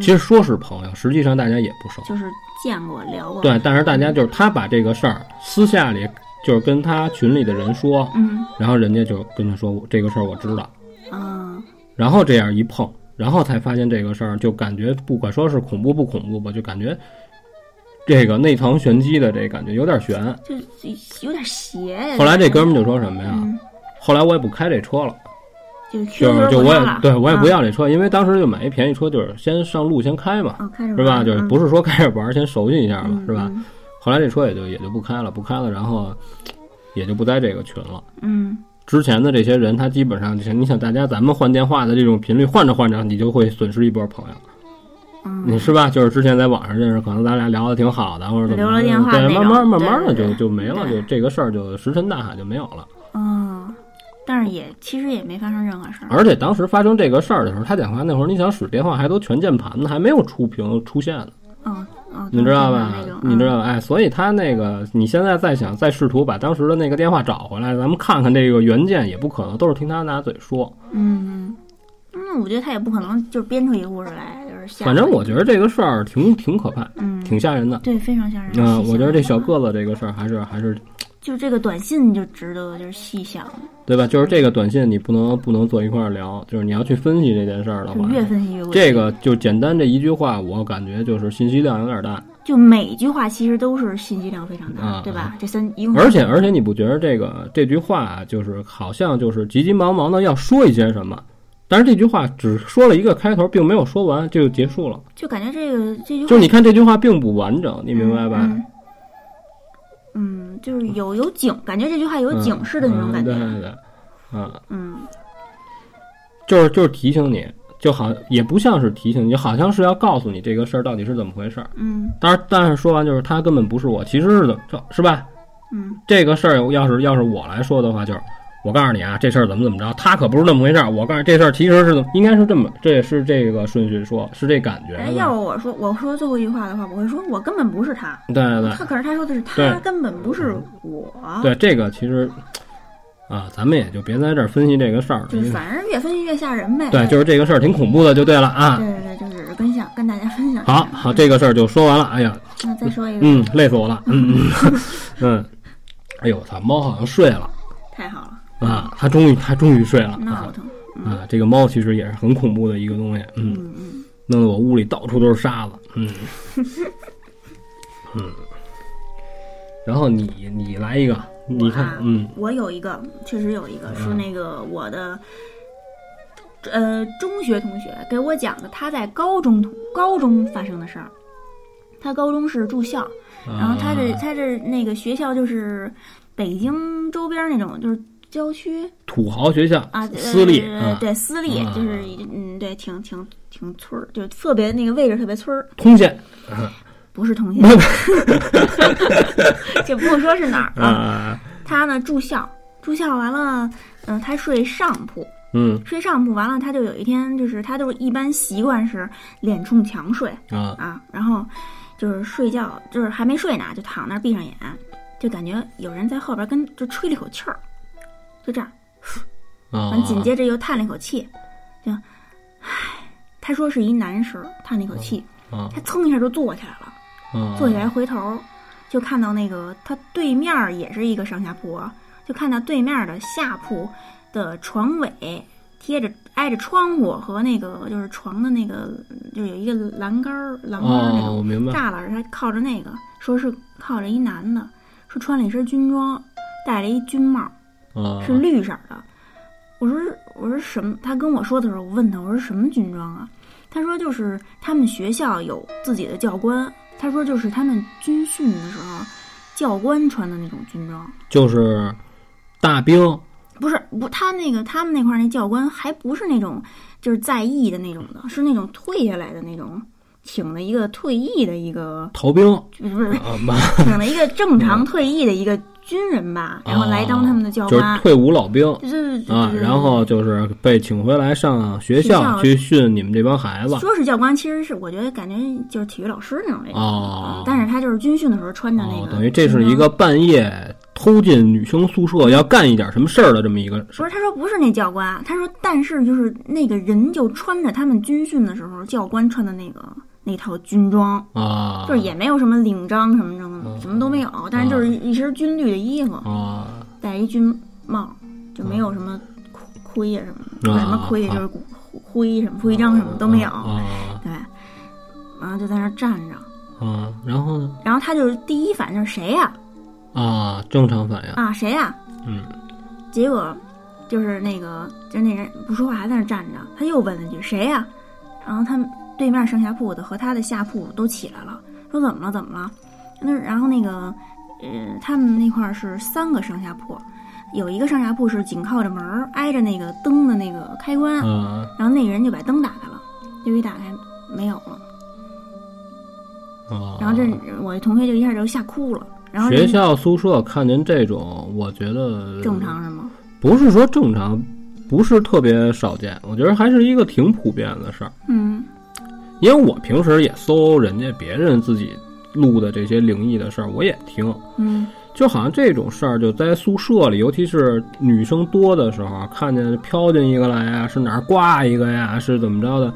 S2: 其实说是朋友，实际上大家也不熟。
S1: 就是见过聊过，
S2: 对，但是大家就是他把这个事儿私下里就是跟他群里的人说，
S1: 嗯
S2: 然后人家就跟他说我这个事儿我知道，
S1: 啊
S2: 然后这样一碰，然后才发现这个事儿，就感觉不管说是恐怖不恐怖吧，就感觉这个内藏玄机的这感觉有点悬。
S1: 就就有点邪呀。
S2: 后来这哥们儿就说什么呀？
S1: 嗯
S2: 后来我也不开这车了。
S1: 就
S2: 就是就
S1: 我
S2: 我也对我
S1: 嗯
S2: 也不要这车，因为当时就买一便宜车，就是先上路先开嘛，
S1: 啊，开始
S2: 是吧？就是
S1: 嗯
S2: 不是说开着玩儿，先熟悉一下嘛，是吧？
S1: 嗯
S2: 后来这车也就也就不开了，不开了，然后也就不在这个群了。
S1: 嗯，
S2: 之前的这些人，他基本上就是，你想大家咱们换电话的这种频率，换着换着，你就会损失一波朋友，
S1: 嗯
S2: 你是吧？就是之前在网上认识，可能咱俩聊的挺好的，或者怎么
S1: 留
S2: 着
S1: 了电话
S2: 对，
S1: 那
S2: 慢
S1: 种
S2: 慢慢慢的
S1: 对
S2: 就
S1: 对
S2: 就没了，
S1: 对
S2: 就这个事儿就石沉大海就没有了。
S1: 嗯，但是也其实也没发生任何事儿。
S2: 而且当时发生这个事儿的时候，他讲话那会儿，你想使电话还都全键盘呢，还没有触屏出现呢。
S1: 嗯嗯，
S2: 你知道吧
S1: 那种？
S2: 你知，
S1: 嗯
S2: 道吧？哎，所以他那个，你现在再想再试图把当时的那个电话找回来，咱们看看这个原件也不可能，都是听他拿嘴说。
S1: 嗯嗯，那我觉得他也不可能就是编出一个故事来，就是吓
S2: 反正我觉得这个事儿挺挺可怕，
S1: 嗯，
S2: 挺吓人的。
S1: 对，非常吓人。
S2: 嗯、
S1: 是
S2: 我觉得这小
S1: 吓人的
S2: 个子这个事儿还是还是
S1: 就这个短信就值得就是细想，
S2: 对吧？就是这个短信你不能不能坐一块儿聊，就是你要去分析这件事儿的
S1: 就
S2: 话，
S1: 越分析越过
S2: 这个就简单这一句话，我感觉就是信息量有点大，
S1: 就每一句话其实都是信息量非常大，
S2: 啊
S1: 对吧？这三一共
S2: 而且而且你不觉得这个这句话就是好像就是急急忙忙的要说一些什么，但是这句话只说了一个开头，并没有说完就结束了。
S1: 就感觉这个这句话
S2: 就是你看这句话并不完整，你明白吧？
S1: 嗯嗯嗯就是有有警，感觉这句话有警示的那种感觉。
S2: 嗯嗯对对对，嗯，
S1: 嗯，
S2: 就是就是提醒你，就好也不像是提醒你，就好像是要告诉你这个事儿到底是怎么回事儿。
S1: 嗯
S2: 当然，但是说完就是他根本不是我，其实是怎么是吧？
S1: 嗯
S2: 这个事儿要是要是我来说的话，就是我告诉你啊，这事儿怎么怎么着，他可不是那么回事儿。我告诉你，这事儿其实是怎么应该是这么，这也是这个顺序说，是这感觉
S1: 哎，
S2: 的。
S1: 要我说，我说最后一句话的话，我会说，我根本不是他，
S2: 对对对
S1: 他可是他说的是他
S2: 对
S1: 根本不是我，
S2: 对，这个其实啊，咱们也就别在这儿分析这个事儿了，
S1: 就
S2: 因
S1: 是
S2: 为
S1: 反正越分析越吓人呗。
S2: 对，就是这个事儿挺恐怖的，就对了啊。
S1: 对对对，就只是跟想跟大家分享。
S2: 好好，这个事儿就说完了。哎呀，
S1: 那再说一个，
S2: 嗯，累死我了。嗯 [LAUGHS] 嗯，哎呦我操，猫好像睡了
S1: 太好了，
S2: 啊，它终于它终于睡了
S1: 闹
S2: 啊
S1: 腾。
S2: 啊！这个猫其实也是很恐怖的一个东西，嗯，
S1: 嗯嗯，
S2: 弄得我屋里到处都是沙子，嗯 [LAUGHS] 嗯。然后你你来一个，你
S1: 我
S2: 看
S1: 啊，
S2: 嗯
S1: 我有一个，确实有一个是那个我的。呃，中学同学给我讲的他在高中同高中发生的事儿。他高中是住校，然后他这
S2: 啊
S1: 他这那个学校就是北京周边那种，就是郊区
S2: 土豪学校
S1: 啊，
S2: 私立
S1: 呃
S2: 啊，
S1: 对私立
S2: 啊，
S1: 就是嗯，对，挺挺挺村儿，就特别那个位置特别村儿，
S2: 通县
S1: 不是
S2: [LAUGHS]
S1: 同县， [LAUGHS] 就不说是哪儿了。
S2: 啊，
S1: 他呢住校，住校完了，嗯，他睡上铺，
S2: 嗯
S1: 睡上铺完了，他就有一天就是他都是一般习惯是脸冲墙睡，
S2: 啊
S1: 啊，然后就是睡觉，就是还没睡呢，就躺那儿闭上眼，就感觉有人在后边跟就吹了一口气儿，就这样，
S2: 啊
S1: 完，紧接着又叹了一口气，就，唉，他说是一男生叹了一口气，
S2: 啊
S1: 他噌一下就坐起来了，
S2: 啊，
S1: 坐起来回头就看到那个他对面儿也是一个上下铺啊，就看到对面儿的下铺的床尾贴着挨着窗户和那个就是床的那个就是有一个栏杆儿栏杆儿那
S2: 哦，
S1: 种
S2: 我明白，
S1: 栅栏，他靠着那个，说是靠着一男的，说穿了一身军装，戴了一军帽，
S2: 啊，
S1: 是绿色的。我说我说什么？他跟我说的时候，我问他我说什么军装啊？他说就是他们学校有自己的教官，他说就是他们军训的时候，教官穿的那种军装。
S2: 就是大兵
S1: 不是不，他那个他们那块儿那教官还不是那种就是在役的那种的，是那种退下来的那种，请的一个退役的一个，
S2: 逃兵
S1: [LAUGHS] 不是不是
S2: 啊，妈
S1: 请了一个正
S2: 嗯
S1: 常退役的一个军人吧，然后来当他们的教
S2: 哦就
S1: 官
S2: 是，退伍老兵
S1: 就是
S2: 啊，
S1: 就是
S2: 然后就是被请回来上学
S1: 学
S2: 校
S1: 校
S2: 去训你们这帮孩子
S1: 说是教官，其实是我觉得感觉就是体育老师那种类型，
S2: 哦
S1: 嗯但是他就是军训的时啊候穿着那
S2: 哦
S1: 个，，
S2: 等于这是一个。半夜偷进女生宿舍要干一点什么事儿的这么一个事
S1: 不是，他说不是那教官，他说但是就是那个人就穿着他们军训的时候教官穿的那个那套军装，
S2: 啊，
S1: 就是也没有什么领章什么什么的，什么都没有，但是就是一身军绿的衣服，
S2: 啊
S1: 戴一军帽，就没有什么盔盔呀什么的，不是什么盔呀就是骨徽什么徽章什么都没有，
S2: 啊
S1: 对，然后就在那儿站着，
S2: 啊，然后呢
S1: 然后他就是第一反应是谁呀、
S2: 啊，正常反应，
S1: 啊谁呀、
S2: 嗯
S1: 结果就是那个就是那人不说话还在那儿站着，他又问了句谁呀、然后他们对面上下铺的和他的下铺都起来了，说怎么了怎么了？那然后那个呃他们那块儿是三个上下铺，有一个上下铺是紧靠着门儿挨着那个灯的那个开关，
S2: 啊
S1: 然后那个人就把灯打开了，就一打开没有了，
S2: 啊，
S1: 然后这我同学就一下就吓哭了，然后
S2: 学
S1: 人
S2: 校宿舍看见这种，我觉得
S1: 正常是吗？
S2: 不是说正常，不是特别少见，我觉得还是一个挺普遍的事儿。
S1: 嗯
S2: 因为我平时也搜人家别人自己录的这些灵异的事儿，我也听，
S1: 嗯
S2: 就好像这种事儿就在宿舍里，尤其是女生多的时候，看见飘进一个来呀，是哪儿挂一个呀，是怎么着的，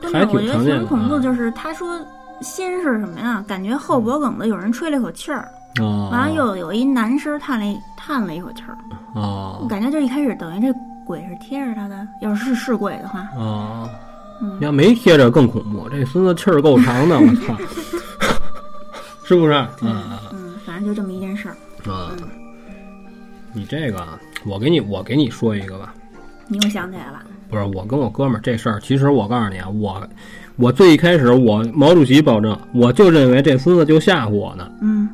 S1: 真
S2: 还
S1: 的，我觉
S2: 挺
S1: 得
S2: 常见
S1: 挺
S2: 的
S1: 恐怖，
S2: 啊
S1: 就是他说先是什么呀？感觉后脖梗子有人吹了一口气儿，
S2: 啊，
S1: 完了又有一男声叹了一叹了一口气儿，
S2: 啊
S1: 我感觉就一开始等于这鬼是贴着他的，要是是鬼的话，
S2: 啊，
S1: 嗯
S2: 要没贴着更恐怖，这孙子气儿够长的，我操，是不是？嗯
S1: 嗯，反正就这么一件事儿。
S2: 啊，你这个，我给你，我给你说一个吧。
S1: 你又想起来了，
S2: 不是我跟我哥们儿这事儿，其实我告诉你啊，我我最一开始我毛主席保证，我就认为这孙子就吓唬我呢，
S1: 嗯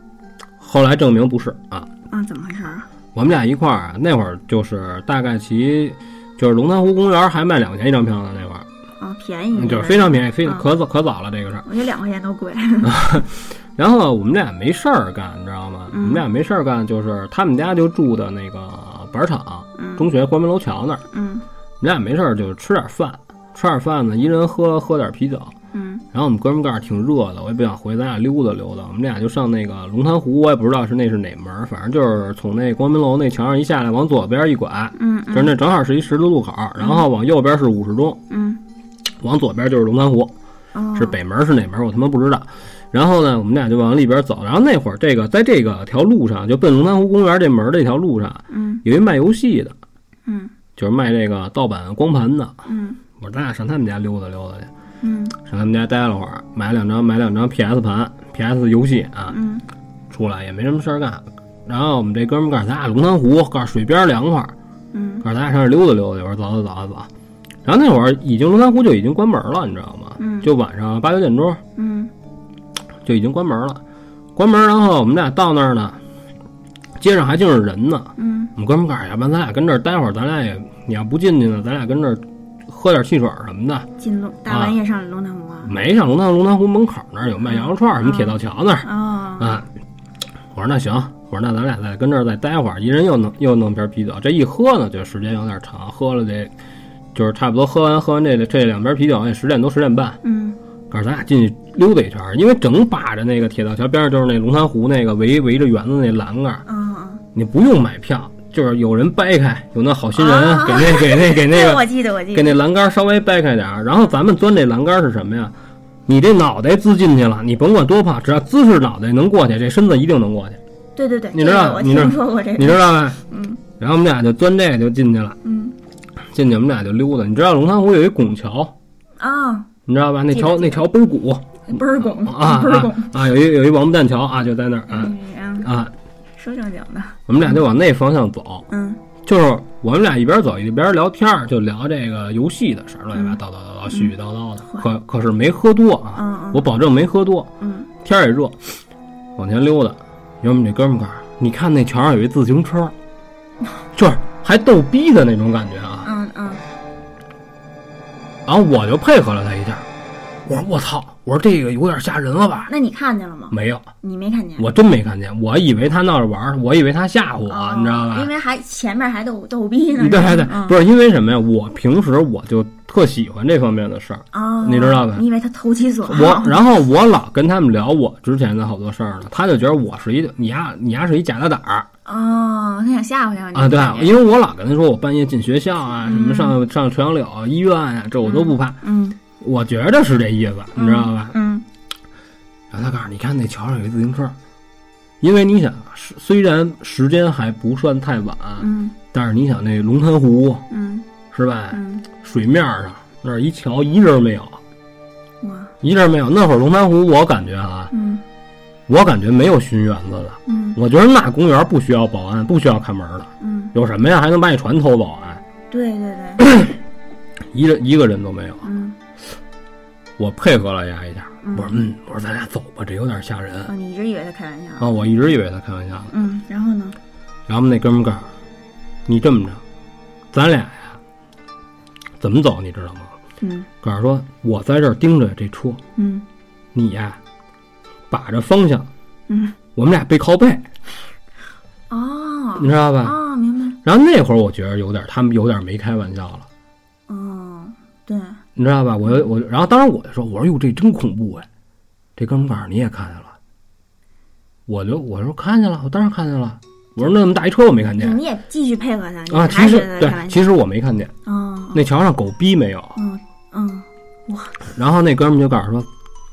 S2: 后来证明不是啊。
S1: 啊，怎么回事儿啊？
S2: 我们俩一块儿啊，那会儿就是大概其就是龙潭湖公园还卖两块钱一张票呢，那会儿
S1: 啊，便宜，
S2: 就是非常便宜，非
S1: 嗯
S2: 可早可早了这个事儿。
S1: 我觉得两块钱都贵。
S2: 然后我们俩没事儿干，你知道吗？
S1: 嗯
S2: 我们俩没事儿干，就是他们家就住的那个板儿厂
S1: 嗯
S2: 中学关门楼桥那儿，
S1: 嗯
S2: 我们俩没事儿就吃点饭，吃点饭呢，一人喝喝点啤酒。
S1: 嗯
S2: 然后我们哥们儿告诉挺热的，我也不想回，咱俩溜达溜达。我们俩就上那个龙潭湖，我也不知道是那是哪门儿，反正就是从那光明楼那桥上一下来，往左边一拐，
S1: 嗯
S2: 就是那正好是一十字路口，然后往右边是五十中，
S1: 嗯
S2: 往左边就是龙潭湖，
S1: 嗯，
S2: 是北门儿是哪门儿我他妈不知道。然后呢，我们俩就往里边走。然后那会儿，这个在这个条路上，就奔龙潭湖公园这门儿这条路上，
S1: 嗯
S2: 有一卖游戏的，
S1: 嗯
S2: 就是卖这个盗版光盘的。
S1: 嗯
S2: 我说咱俩上他们家溜达溜达去，
S1: 嗯
S2: 上他们家待了会儿，买两张买两张 PS 盘，PS 游戏啊，
S1: 嗯
S2: 出来也没什么事儿干。然后我们这哥们儿告诉咱俩龙潭湖，告诉水边儿凉快儿，
S1: 嗯
S2: 告诉咱俩上这溜达溜达。我说走走走走。然后那会儿已经龙潭湖就已经关门了，你知道吗？
S1: 嗯
S2: 就晚上八九点钟
S1: 嗯
S2: 就已经关门了。关门，然后我们俩到那儿呢，街上还净是人呢。
S1: 嗯
S2: 我们哥们儿告诉咱俩，要不然咱俩跟这儿待会儿，咱俩也你要不进去呢，咱俩跟这儿喝点汽水儿什么的。
S1: 嗯，进龙大半夜上龙潭湖啊？
S2: 没上龙潭龙潭湖门口那儿有卖羊肉串儿，什么铁道桥那儿。
S1: 哦，
S2: 啊，我说那行，我说那咱俩再跟这儿再待会儿，一人又弄又弄瓶啤酒，这一喝呢，就时间有点长，喝了得就是差不多喝完喝完这这两瓶啤酒，也十点多十点半，
S1: 嗯
S2: 告诉咱俩进去溜达一圈儿，因为整把着那个铁道桥边上就是那龙潭湖那个围围着园子那栏杆儿，
S1: 哦，
S2: 你不用买票，就是有人掰开，有那好心人、
S1: 啊
S2: 给那给那
S1: [LAUGHS]
S2: 给那
S1: 这
S2: 个
S1: 我记得我记
S2: 给
S1: 得，
S2: 那栏杆儿稍微掰开点儿，然后咱们钻这栏杆儿是什么呀？你这脑袋滋进去了，你甭管多胖，只要姿势脑袋能过去，这身子一定能过去。
S1: 对对对，
S2: 你知道
S1: 这个我
S2: 你知道
S1: 听说过这
S2: 你
S1: 个，
S2: 知道吧？
S1: 哎嗯。
S2: 然后我们俩就钻这个就进去了，
S1: 嗯
S2: 进去我们俩就溜达。你知道龙潭湖有一拱桥，
S1: 啊，
S2: 你知道吧？那
S1: 记得
S2: 桥那桥倍儿鼓
S1: 倍儿拱 [LAUGHS]
S2: 啊
S1: 倍儿拱，
S2: 啊啊！有一有一王八蛋桥啊，就在那儿啊
S1: 嗯嗯，
S2: 啊！
S1: 说正经的，
S2: 我们俩就往那方向走，
S1: 嗯
S2: 就是我们俩一边走一边聊天儿，就聊这个游戏的事儿，乱七八糟叨叨叨，絮絮叨叨的。可可是没喝多啊，
S1: 嗯
S2: 我保证没喝多。
S1: 嗯
S2: 天儿也热，往前溜达。有我们这哥们儿告诉我你看那桥上有一自行车，就是还逗逼的那种感觉啊。
S1: 嗯嗯
S2: 然后我就配合了他一下，我说我操，我说这个有点吓人了吧？
S1: 那你看见了吗？
S2: 没有，
S1: 你没看见，
S2: 嗯我真没看见，我以为他闹着玩儿，我以为他吓唬我，
S1: 哦
S2: 你知道吧
S1: 因？为还前面还逗逗逼呢，
S2: 对对对，
S1: 嗯
S2: 不是因为什么呀？我平时我就特喜欢这方面的事儿，
S1: 哦，
S2: 你知道吧
S1: 你以为他投其所好
S2: 我？然后我老跟他们聊我之前的好多事儿呢，他就觉得我是一你呀你呀是一假大胆儿
S1: 哦，他想吓唬吓唬你
S2: 啊，对
S1: 感，觉
S2: 因为我老跟他说我半夜进学校啊，什么上上垂杨柳啊医院啊，这我都不怕，
S1: 嗯，
S2: 我觉得是这意思，你知道吧？
S1: 嗯
S2: 然后他告诉你看那桥上有一自行车，因为你想，是虽然时间还不算太晚，
S1: 嗯
S2: 但是你想那龙潭湖
S1: 嗯
S2: 是吧？
S1: 嗯，
S2: 水面上那儿一桥一人没有，
S1: 嗯哇，
S2: 一人没有。那会儿龙潭湖，我感觉啊，
S1: 嗯
S2: 我感觉没有巡园子的，
S1: 嗯
S2: 我觉得那公园不需要保安，不需要看门的，
S1: 嗯，
S2: 有什么呀？还能把你船偷走啊？
S1: 对对对，
S2: 一人一个人都没有。
S1: 嗯，
S2: 我配合了丫一下，
S1: 嗯
S2: 我说嗯，我说咱俩走吧，这有点吓人
S1: 哦，你一直以为他开玩
S2: 啊！
S1: 笑，
S2: 我一直以为他开玩笑呢。
S1: 嗯，然后呢？
S2: 然后我们那哥们儿告诉我你这么着，咱俩呀怎么走你知道吗？
S1: 嗯
S2: 告诉说我在这儿盯着这车，
S1: 嗯
S2: 你呀把着方向，
S1: 嗯，
S2: 我们俩背靠背，
S1: 哦
S2: 你知道吧？
S1: 哦，明白，
S2: 然后那会儿我觉得有点他们有点没开玩笑了，
S1: 哦，对，
S2: 你知道吧？我我然后当时我就说我说哟这真恐怖哎，这哥们儿告诉我你也看见了，我就我说看见了，我当然看见了，我说那么大一车我没看见
S1: 你也继续配合他，你
S2: 啊，
S1: 还
S2: 其实
S1: 觉得嗯开
S2: 对，
S1: 玩笑，
S2: 其实我没看见，
S1: 哦，
S2: 那桥上狗逼没有。
S1: 嗯嗯
S2: 然后那哥们儿就告诉说，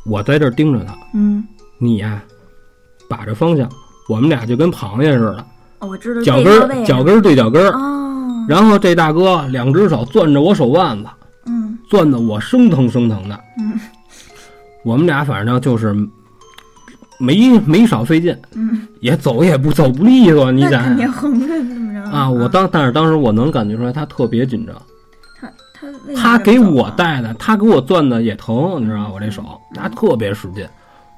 S2: 我在这儿盯着他，
S1: 嗯
S2: 你呀、把着方向，我们俩就跟螃蟹似的，
S1: 哦我知道
S2: 脚
S1: 这
S2: 跟
S1: 个
S2: 儿
S1: 位
S2: 脚跟儿对脚跟儿。
S1: 哦，
S2: 然后这大哥两只手攥着我手腕子，
S1: 嗯
S2: 攥得我生疼生疼的。
S1: 嗯
S2: 我们俩反正就是没没少费劲，
S1: 嗯，
S2: 也走也不走不利索。你
S1: 那
S2: 想
S1: 肯定横着怎么着
S2: 啊，我当但是当时我能感觉出来他特别紧张，
S1: 他他为什么
S2: 他给
S1: 这么走
S2: 我
S1: 啊
S2: 带的，他给我攥的也疼，你知道吗？我这手
S1: 嗯
S2: 他特别使劲。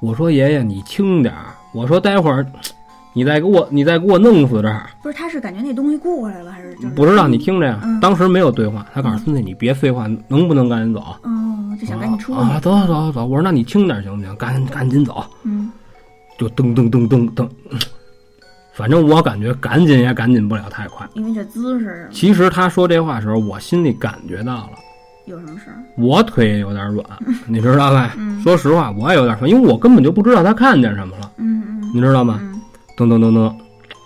S2: 我说爷爷你轻点儿，我说待会儿你再给我你再给我弄死这儿。
S1: 不是他是感觉那东西过来了还是就是
S2: 不知道你听着呀，
S1: 嗯
S2: 当时没有对话，他告诉孙子你别废话，能不能赶紧走？
S1: 哦就想赶紧出去
S2: 啊，走走走走！我说那你轻点行不行？赶赶紧走，
S1: 嗯
S2: 就噔噔噔噔噔，反正我感觉赶紧也赶紧不了太快。
S1: 因为这姿势
S2: 其实他说这话的时候，我心里感觉到了，
S1: 有什么事儿
S2: 我腿也有点软，你知道吧？
S1: 嗯
S2: 说实话，我也有点烦，因为我根本就不知道他看见什么了，
S1: 嗯
S2: 你知道
S1: 嗯
S2: 吗？
S1: 嗯
S2: 噔噔噔噔，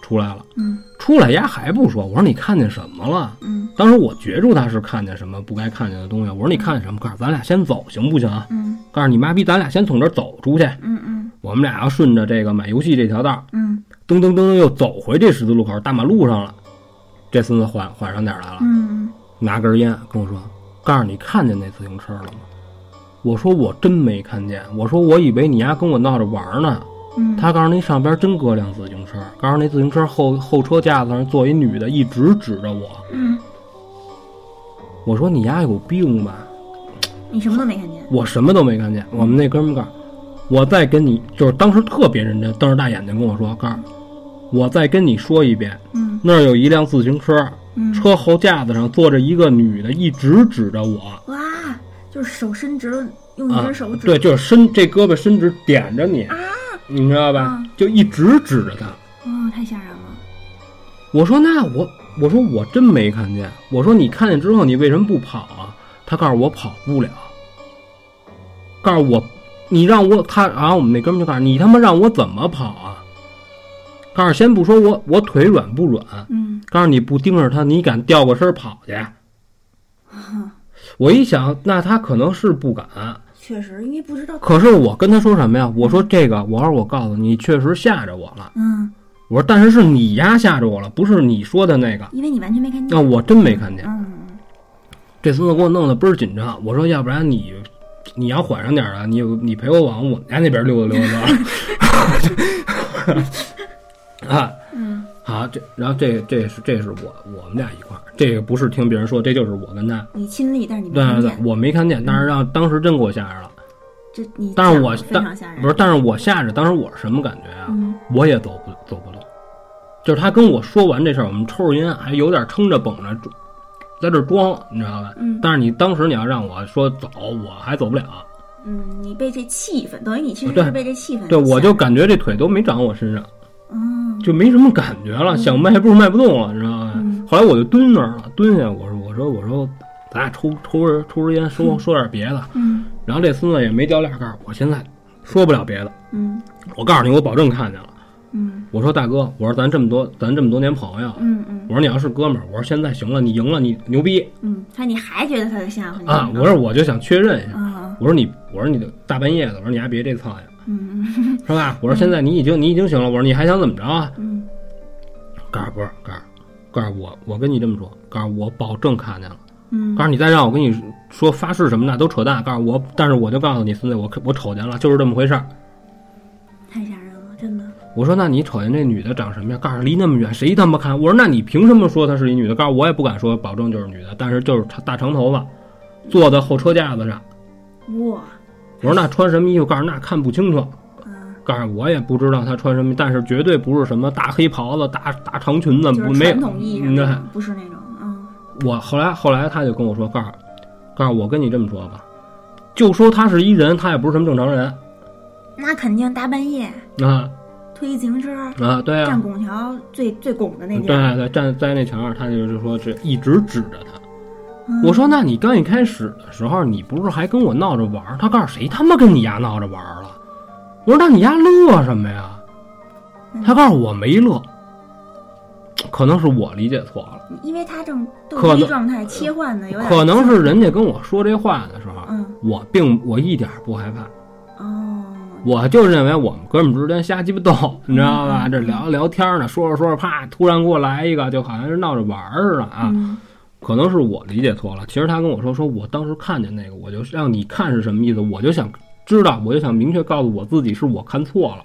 S2: 出来了，
S1: 嗯
S2: 出来丫还不说，我说你看见什么了？
S1: 嗯
S2: 当时我觉住他是看见什么不该看见的东西，我说你看见什么？告诉咱俩先走行不行啊？
S1: 嗯
S2: 告诉你妈逼，咱俩先从这儿走出去。
S1: 嗯嗯
S2: 我们俩要顺着这个买游戏这条道儿，
S1: 嗯
S2: 噔噔噔噔又走回这十字路口大马路上了。这孙子缓缓上点儿来了，
S1: 嗯
S2: 拿根烟跟我说：“告诉你看见那自行车了吗？”我说：“我真没看见。”我说：“我以为你丫跟我闹着玩儿呢。”
S1: 嗯
S2: 他告诉你上边真搁辆自行车，告诉那自行车后后车架子上坐一女的，一直指着我。
S1: 嗯
S2: 我说：“你丫有病吧？”
S1: 你什么都没看见
S2: 我什么都没看见。我们那哥们儿告诉我，我再跟你，就是当时特别认真，瞪着大眼睛跟我说，告诉我再跟你说一遍，
S1: 嗯
S2: 那儿有一辆自行车，
S1: 嗯
S2: 车后架子上坐着一个女的，一直指着我。
S1: 哇就是手伸直了用一
S2: 啊
S1: 只手，嗯指
S2: 对，就是伸这胳膊伸直点着你，你知道吧
S1: 啊？
S2: 就一直指着她。
S1: 哦太吓人了
S2: 我说那我我说我真没看见。我说你看见之后你为什么不跑啊？他告诉我跑不了，告诉我你让我他然后我们那哥们就告诉你他妈让我怎么跑啊？告诉先不说我我腿软不软，
S1: 嗯
S2: 告诉你不盯着他，你敢掉过身跑去？我一想，那他可能是不敢，
S1: 确实因为不知道
S2: 可是我跟他说什么呀？我说这个，我说我告诉你，确实吓着我了。
S1: 嗯
S2: 我说但是是你呀吓着我了，不是你说的那个。
S1: 因为你完全没看见
S2: 那我真没看见。
S1: 嗯
S2: 这孙子给我弄得倍儿紧张。我说，要不然你，你要缓上点儿啊，你你陪我往我们家那边溜达溜达。 [LAUGHS] 啊，
S1: 嗯
S2: 好，这然后这这是这是我我们俩一块儿，这个不是听别人说，这就是我跟他。
S1: 你亲历但是你没
S2: 对
S1: 看
S2: 对对，啊
S1: 见
S2: 我没看见，但是让当时真给我吓着了。
S1: 这你
S2: 但是
S1: 讲
S2: 我
S1: 得非
S2: 但
S1: 常吓人
S2: 不是，但是我吓着，当时我是什么感觉啊？
S1: 嗯
S2: 我也走不走不动。就是他跟我说完这事儿，我们抽着烟，还有点撑着绷着，在这装，你知道吧？
S1: 嗯
S2: 但是你当时你要让我说走，我还走不了。
S1: 嗯，你被这气氛，等于你其实
S2: 对
S1: 是被这气氛。
S2: 对，我就，感觉这腿都没长我身上，
S1: 嗯
S2: 就没什么感觉了，想迈步迈不动了，你知道吧？
S1: 嗯
S2: 后来我就蹲那儿了，蹲下，我说我说我说，咱俩抽抽根抽根烟，说说点别的。
S1: 嗯
S2: 然后这孙子也没掉俩盖儿，我现在说不了别的，
S1: 嗯
S2: 我告诉你，我保证看见了。
S1: 嗯
S2: 我说大哥，我说咱这么多，咱这么多年朋友，
S1: 嗯嗯
S2: 我说你要是哥们儿，我说现在行了，你赢了，你牛逼
S1: 嗯，他你还觉得他在吓唬你
S2: 啊！我说我就想确认一下，
S1: 啊
S2: 我说你，我说你大半夜的，我说你还别这苍蝇
S1: 嗯
S2: 是吧？我说现在你已经你已经行了，我说你还想怎么着啊？
S1: 嗯
S2: 告诉不是告诉，告诉我我跟你这么说，告诉我保证看见了，
S1: 嗯
S2: 告诉你再让我跟你说发誓什么的都扯淡，告诉我，但是我就告诉你孙子，我可我瞅见了，就是这么回事儿。
S1: 太吓人了，真的。
S2: 我说：“那你瞅见这女的长什么样？告诉离那么远，谁他妈看？”我说：“那你凭什么说她是一女的？告诉我也不敢说，保证就是女的，但是就是她大长头发，坐在后车架子上。
S1: 哇，
S2: 我说那穿什么衣服？告诉那看不清楚，
S1: 嗯，
S2: 告诉我也不知道她穿什么，但是绝对不是什么大黑袍子、大大长裙子，
S1: 就
S2: 不
S1: 是
S2: 没有
S1: 传统意义上
S2: 对
S1: 那种，不是那种，嗯
S2: 我后来后来他就跟我说，告诉告诉我跟你这么说吧，就说她是一人，她也不是什么正常人
S1: 那肯定大半夜
S2: 啊
S1: 推自行车
S2: 啊，对呀、
S1: 站拱桥最最拱的那地儿，
S2: 对啊对，站在那墙上，他就是说是一直指着她。
S1: 嗯
S2: 我说，那你刚一开始的时候，你不是还跟我闹着玩儿？他告诉谁他妈跟你丫闹着玩儿了？我说那你丫乐什么呀？
S1: 嗯
S2: 他告诉我没乐，可能是我理解错了，
S1: 因为他正
S2: 可
S1: 斗
S2: 能
S1: 鸡状态切换的有点，
S2: 可能是人家跟我说这话的时候，
S1: 嗯
S2: 我并我一点儿不害怕，
S1: 哦，
S2: 我就认为我们哥们之间瞎鸡巴逗，你知道
S1: 嗯
S2: 吧？这聊聊天呢，说着说着，啪，突然给我来一个，就好像是闹着玩儿似的啊。
S1: 嗯
S2: 可能是我理解错了。其实他跟我说，说我当时看见那个，我就让你看是什么意思，我就想知道，我就想明确告诉我自己是我看错了。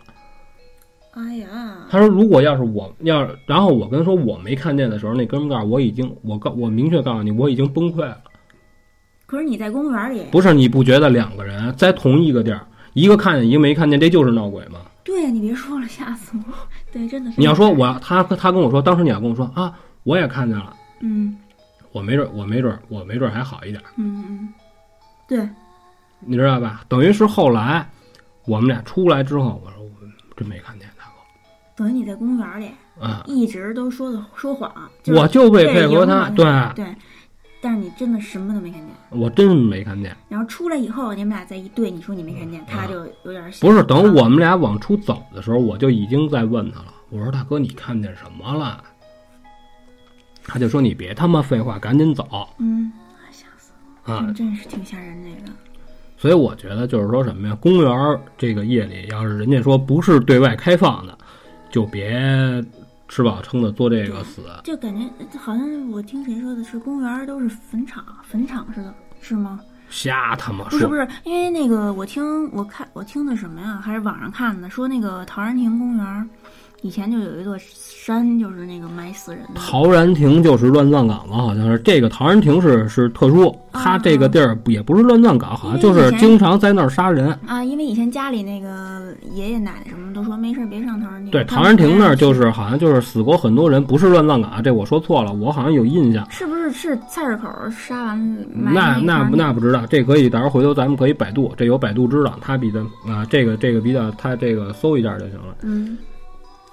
S1: 哎呀，
S2: 他说，如果要是我要是，然后我跟他说我没看见的时候，那哥们儿告诉我已经，我告我明确告诉你，我已经崩溃了。
S1: 可是你在公园里，
S2: 不是你不觉得两个人在同一个地儿，一个看见一个没看见，这就是闹鬼吗？
S1: 对呀，你别说了，吓死我 [LAUGHS] 了。对，真的是。
S2: 你要说我要他他跟我说，当时你要跟我说啊，我也看见了，
S1: 嗯
S2: 我没准我没准我没准还好一点。
S1: 嗯嗯，对，
S2: 你知道吧？等于是后来我们俩出来之后，我说我真没看见大
S1: 等于你在公园里
S2: 哥啊，
S1: 一直都说的说谎，就是
S2: 我就为配合他，
S1: 为
S2: 对
S1: 了赢对，但是你真的什么都没看见。
S2: 我真没看见。
S1: 然后出来以后，你们俩在一对，你说你没看见，他就有点
S2: 啊不是，
S1: 嗯
S2: 等我们俩往出走的时候，我就已经在问他了。我说大哥，你看见什么了？他就说你别他妈废话，赶紧走
S1: 嗯，吓死我
S2: 啊
S1: 了，！真是挺吓人那个。
S2: 所以我觉得就是说什么呀，公园儿这个夜里，要是人家说不是对外开放的，就别吃饱撑的做这个死。
S1: 就感觉呃好像我听谁说的是公园儿都是坟场，坟场似的，是吗？
S2: 瞎他妈
S1: 不是
S2: 说
S1: 不，是，因为那个我听我看我听的什么呀？还是网上看的，说那个陶然亭公园儿以前就有一座山，就是那个埋死人的。
S2: 陶然亭就是乱葬岗了，好像是这个陶然亭是是特殊，
S1: 哦
S2: 它这个地儿也不是乱葬岗，好像就是经常在那儿杀人。
S1: 啊，因为以前家里那个爷爷奶奶什么都说没事儿别上陶然亭。
S2: 对，
S1: 他
S2: 陶
S1: 们
S2: 然
S1: 不
S2: 亭
S1: 让
S2: 那儿
S1: 去
S2: 就是好像就是死过很多人，不是乱葬岗，这我说错了，我好像有印象。
S1: 是不是是菜市口儿杀完埋
S2: 那
S1: 那
S2: 那
S1: 个
S2: 不那不知道，这可以到时候回头咱们可以百度，这有百度知道，它比咱啊这个这个比较，它这个搜一下就行了。
S1: 嗯，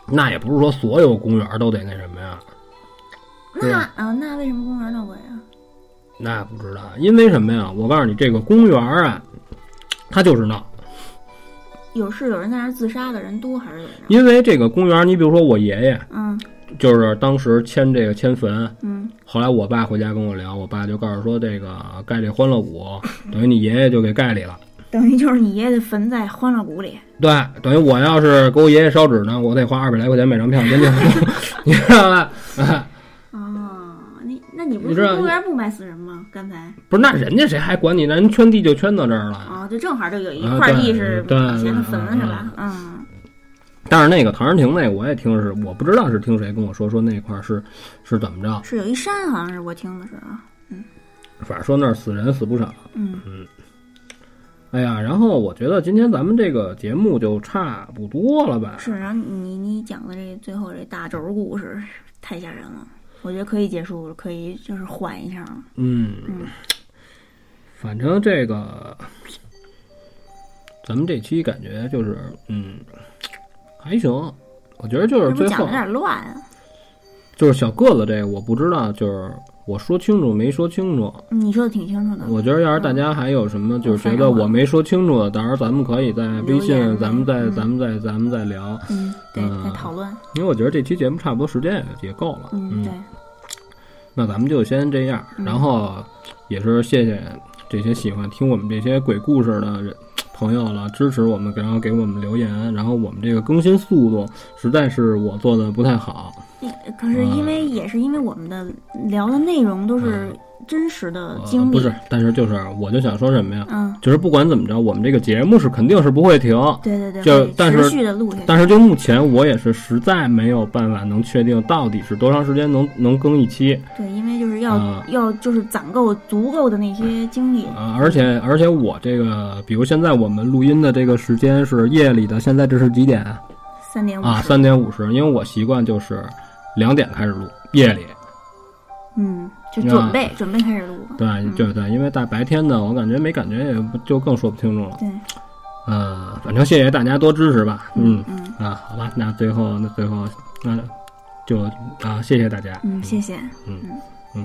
S2: 那也不是说所有公园都得那什么呀，对
S1: 那
S2: 啊
S1: 啊那为什么公园闹鬼啊？
S2: 那不知道，因为什么呀？我告诉你，这个公园啊，它就是闹。
S1: 有是有人在那儿自杀的人多还是怎么着？
S2: 因为这个公园，你比如说我爷爷，
S1: 嗯
S2: 就是当时迁这个迁坟，
S1: 嗯
S2: 后来我爸回家跟我聊，我爸就告诉说这个盖这欢乐谷，等于你爷爷就给盖里了。
S1: 等于就是你爷爷的坟在欢乐谷里。
S2: 对，等于我要是给我爷爷烧纸呢，我得花二百来块钱买张票进去， [LAUGHS] 你知道吧？
S1: 哦，那那你不
S2: 你
S1: 是
S2: 知道
S1: 说公园不埋死人吗？刚才
S2: 不是，那人家谁还管你呢？人圈地就圈到这儿了。
S1: 哦，就正好就有一
S2: 啊
S1: 块地
S2: 对
S1: 是
S2: 对
S1: 以前的
S2: 对
S1: 坟
S2: 嗯
S1: 是吧？嗯
S2: 但是那个唐人亭那个，我也听是，我不知道是听谁跟我说，说那块儿是是怎么着，
S1: 是有一山，好像是我听的是啊。
S2: 反正说那儿死人死不少。
S1: 嗯
S2: 哎呀，然后我觉得今天咱们这个节目就差不多了吧？
S1: 是，然后你你讲的这最后这大轴故事太吓人了，我觉得可以结束了，可以就是缓一下啊了。
S2: 嗯，反正这个，咱们这期感觉就是，嗯，还行。我觉得就是
S1: 这不
S2: 最
S1: 讲的有
S2: 后
S1: 点乱啊？
S2: 就是小个子这个，我不知道，就是我说清楚没说清楚。
S1: 你说的挺清楚的。
S2: 我觉得要是大
S1: 嗯
S2: 家还有什么就是觉得我没说清楚的，到时候咱们可以在微
S1: 留言
S2: 信，咱们再
S1: 嗯
S2: 咱们再咱们再聊，
S1: 嗯，对，在
S2: 嗯
S1: 讨论。
S2: 因为我觉得这期节目差不多时间也也够了。
S1: 嗯，对，
S2: 那咱们就先这样，
S1: 嗯
S2: 然后也是谢谢这些喜欢听我们这些鬼故事的人朋友了，支持我们，然后给我们留言，然后我们这个更新速度实在是我做的不太好，
S1: 那可是因
S2: 嗯
S1: 为也是因为我们的聊的内容都是真实的
S2: 呃
S1: 经历，
S2: 不是，但是就是我就想说什么呀，
S1: 嗯，
S2: 就是不管怎么着，我们这个节目是肯定是不会停，
S1: 对对对，
S2: 就
S1: 会
S2: 但是
S1: 持续的录下去，
S2: 但是就目前我也是实在没有办法能确定到底是多长时间能能更一期，
S1: 对，因为就是要、
S2: 嗯
S1: 要就是攒够足够的那些经历，
S2: 啊，而且而且我这个，比如现在我们录音的这个时间是夜里的，现在这是几点啊？
S1: 三点五
S2: 啊，
S1: 十，
S2: 三点五十，因为我习惯就是两点开始录，夜里。
S1: 嗯，就
S2: 啊
S1: 准备、准备开始录吧，
S2: 对对对，因为大白天的，我感觉没感觉，也不就更说不清楚了。
S1: 对，
S2: 呃，反正谢谢大家多支持吧。嗯
S1: 嗯
S2: 啊，好吧，那最后那最后那就啊，谢谢大家。
S1: 嗯嗯，谢谢。
S2: 嗯。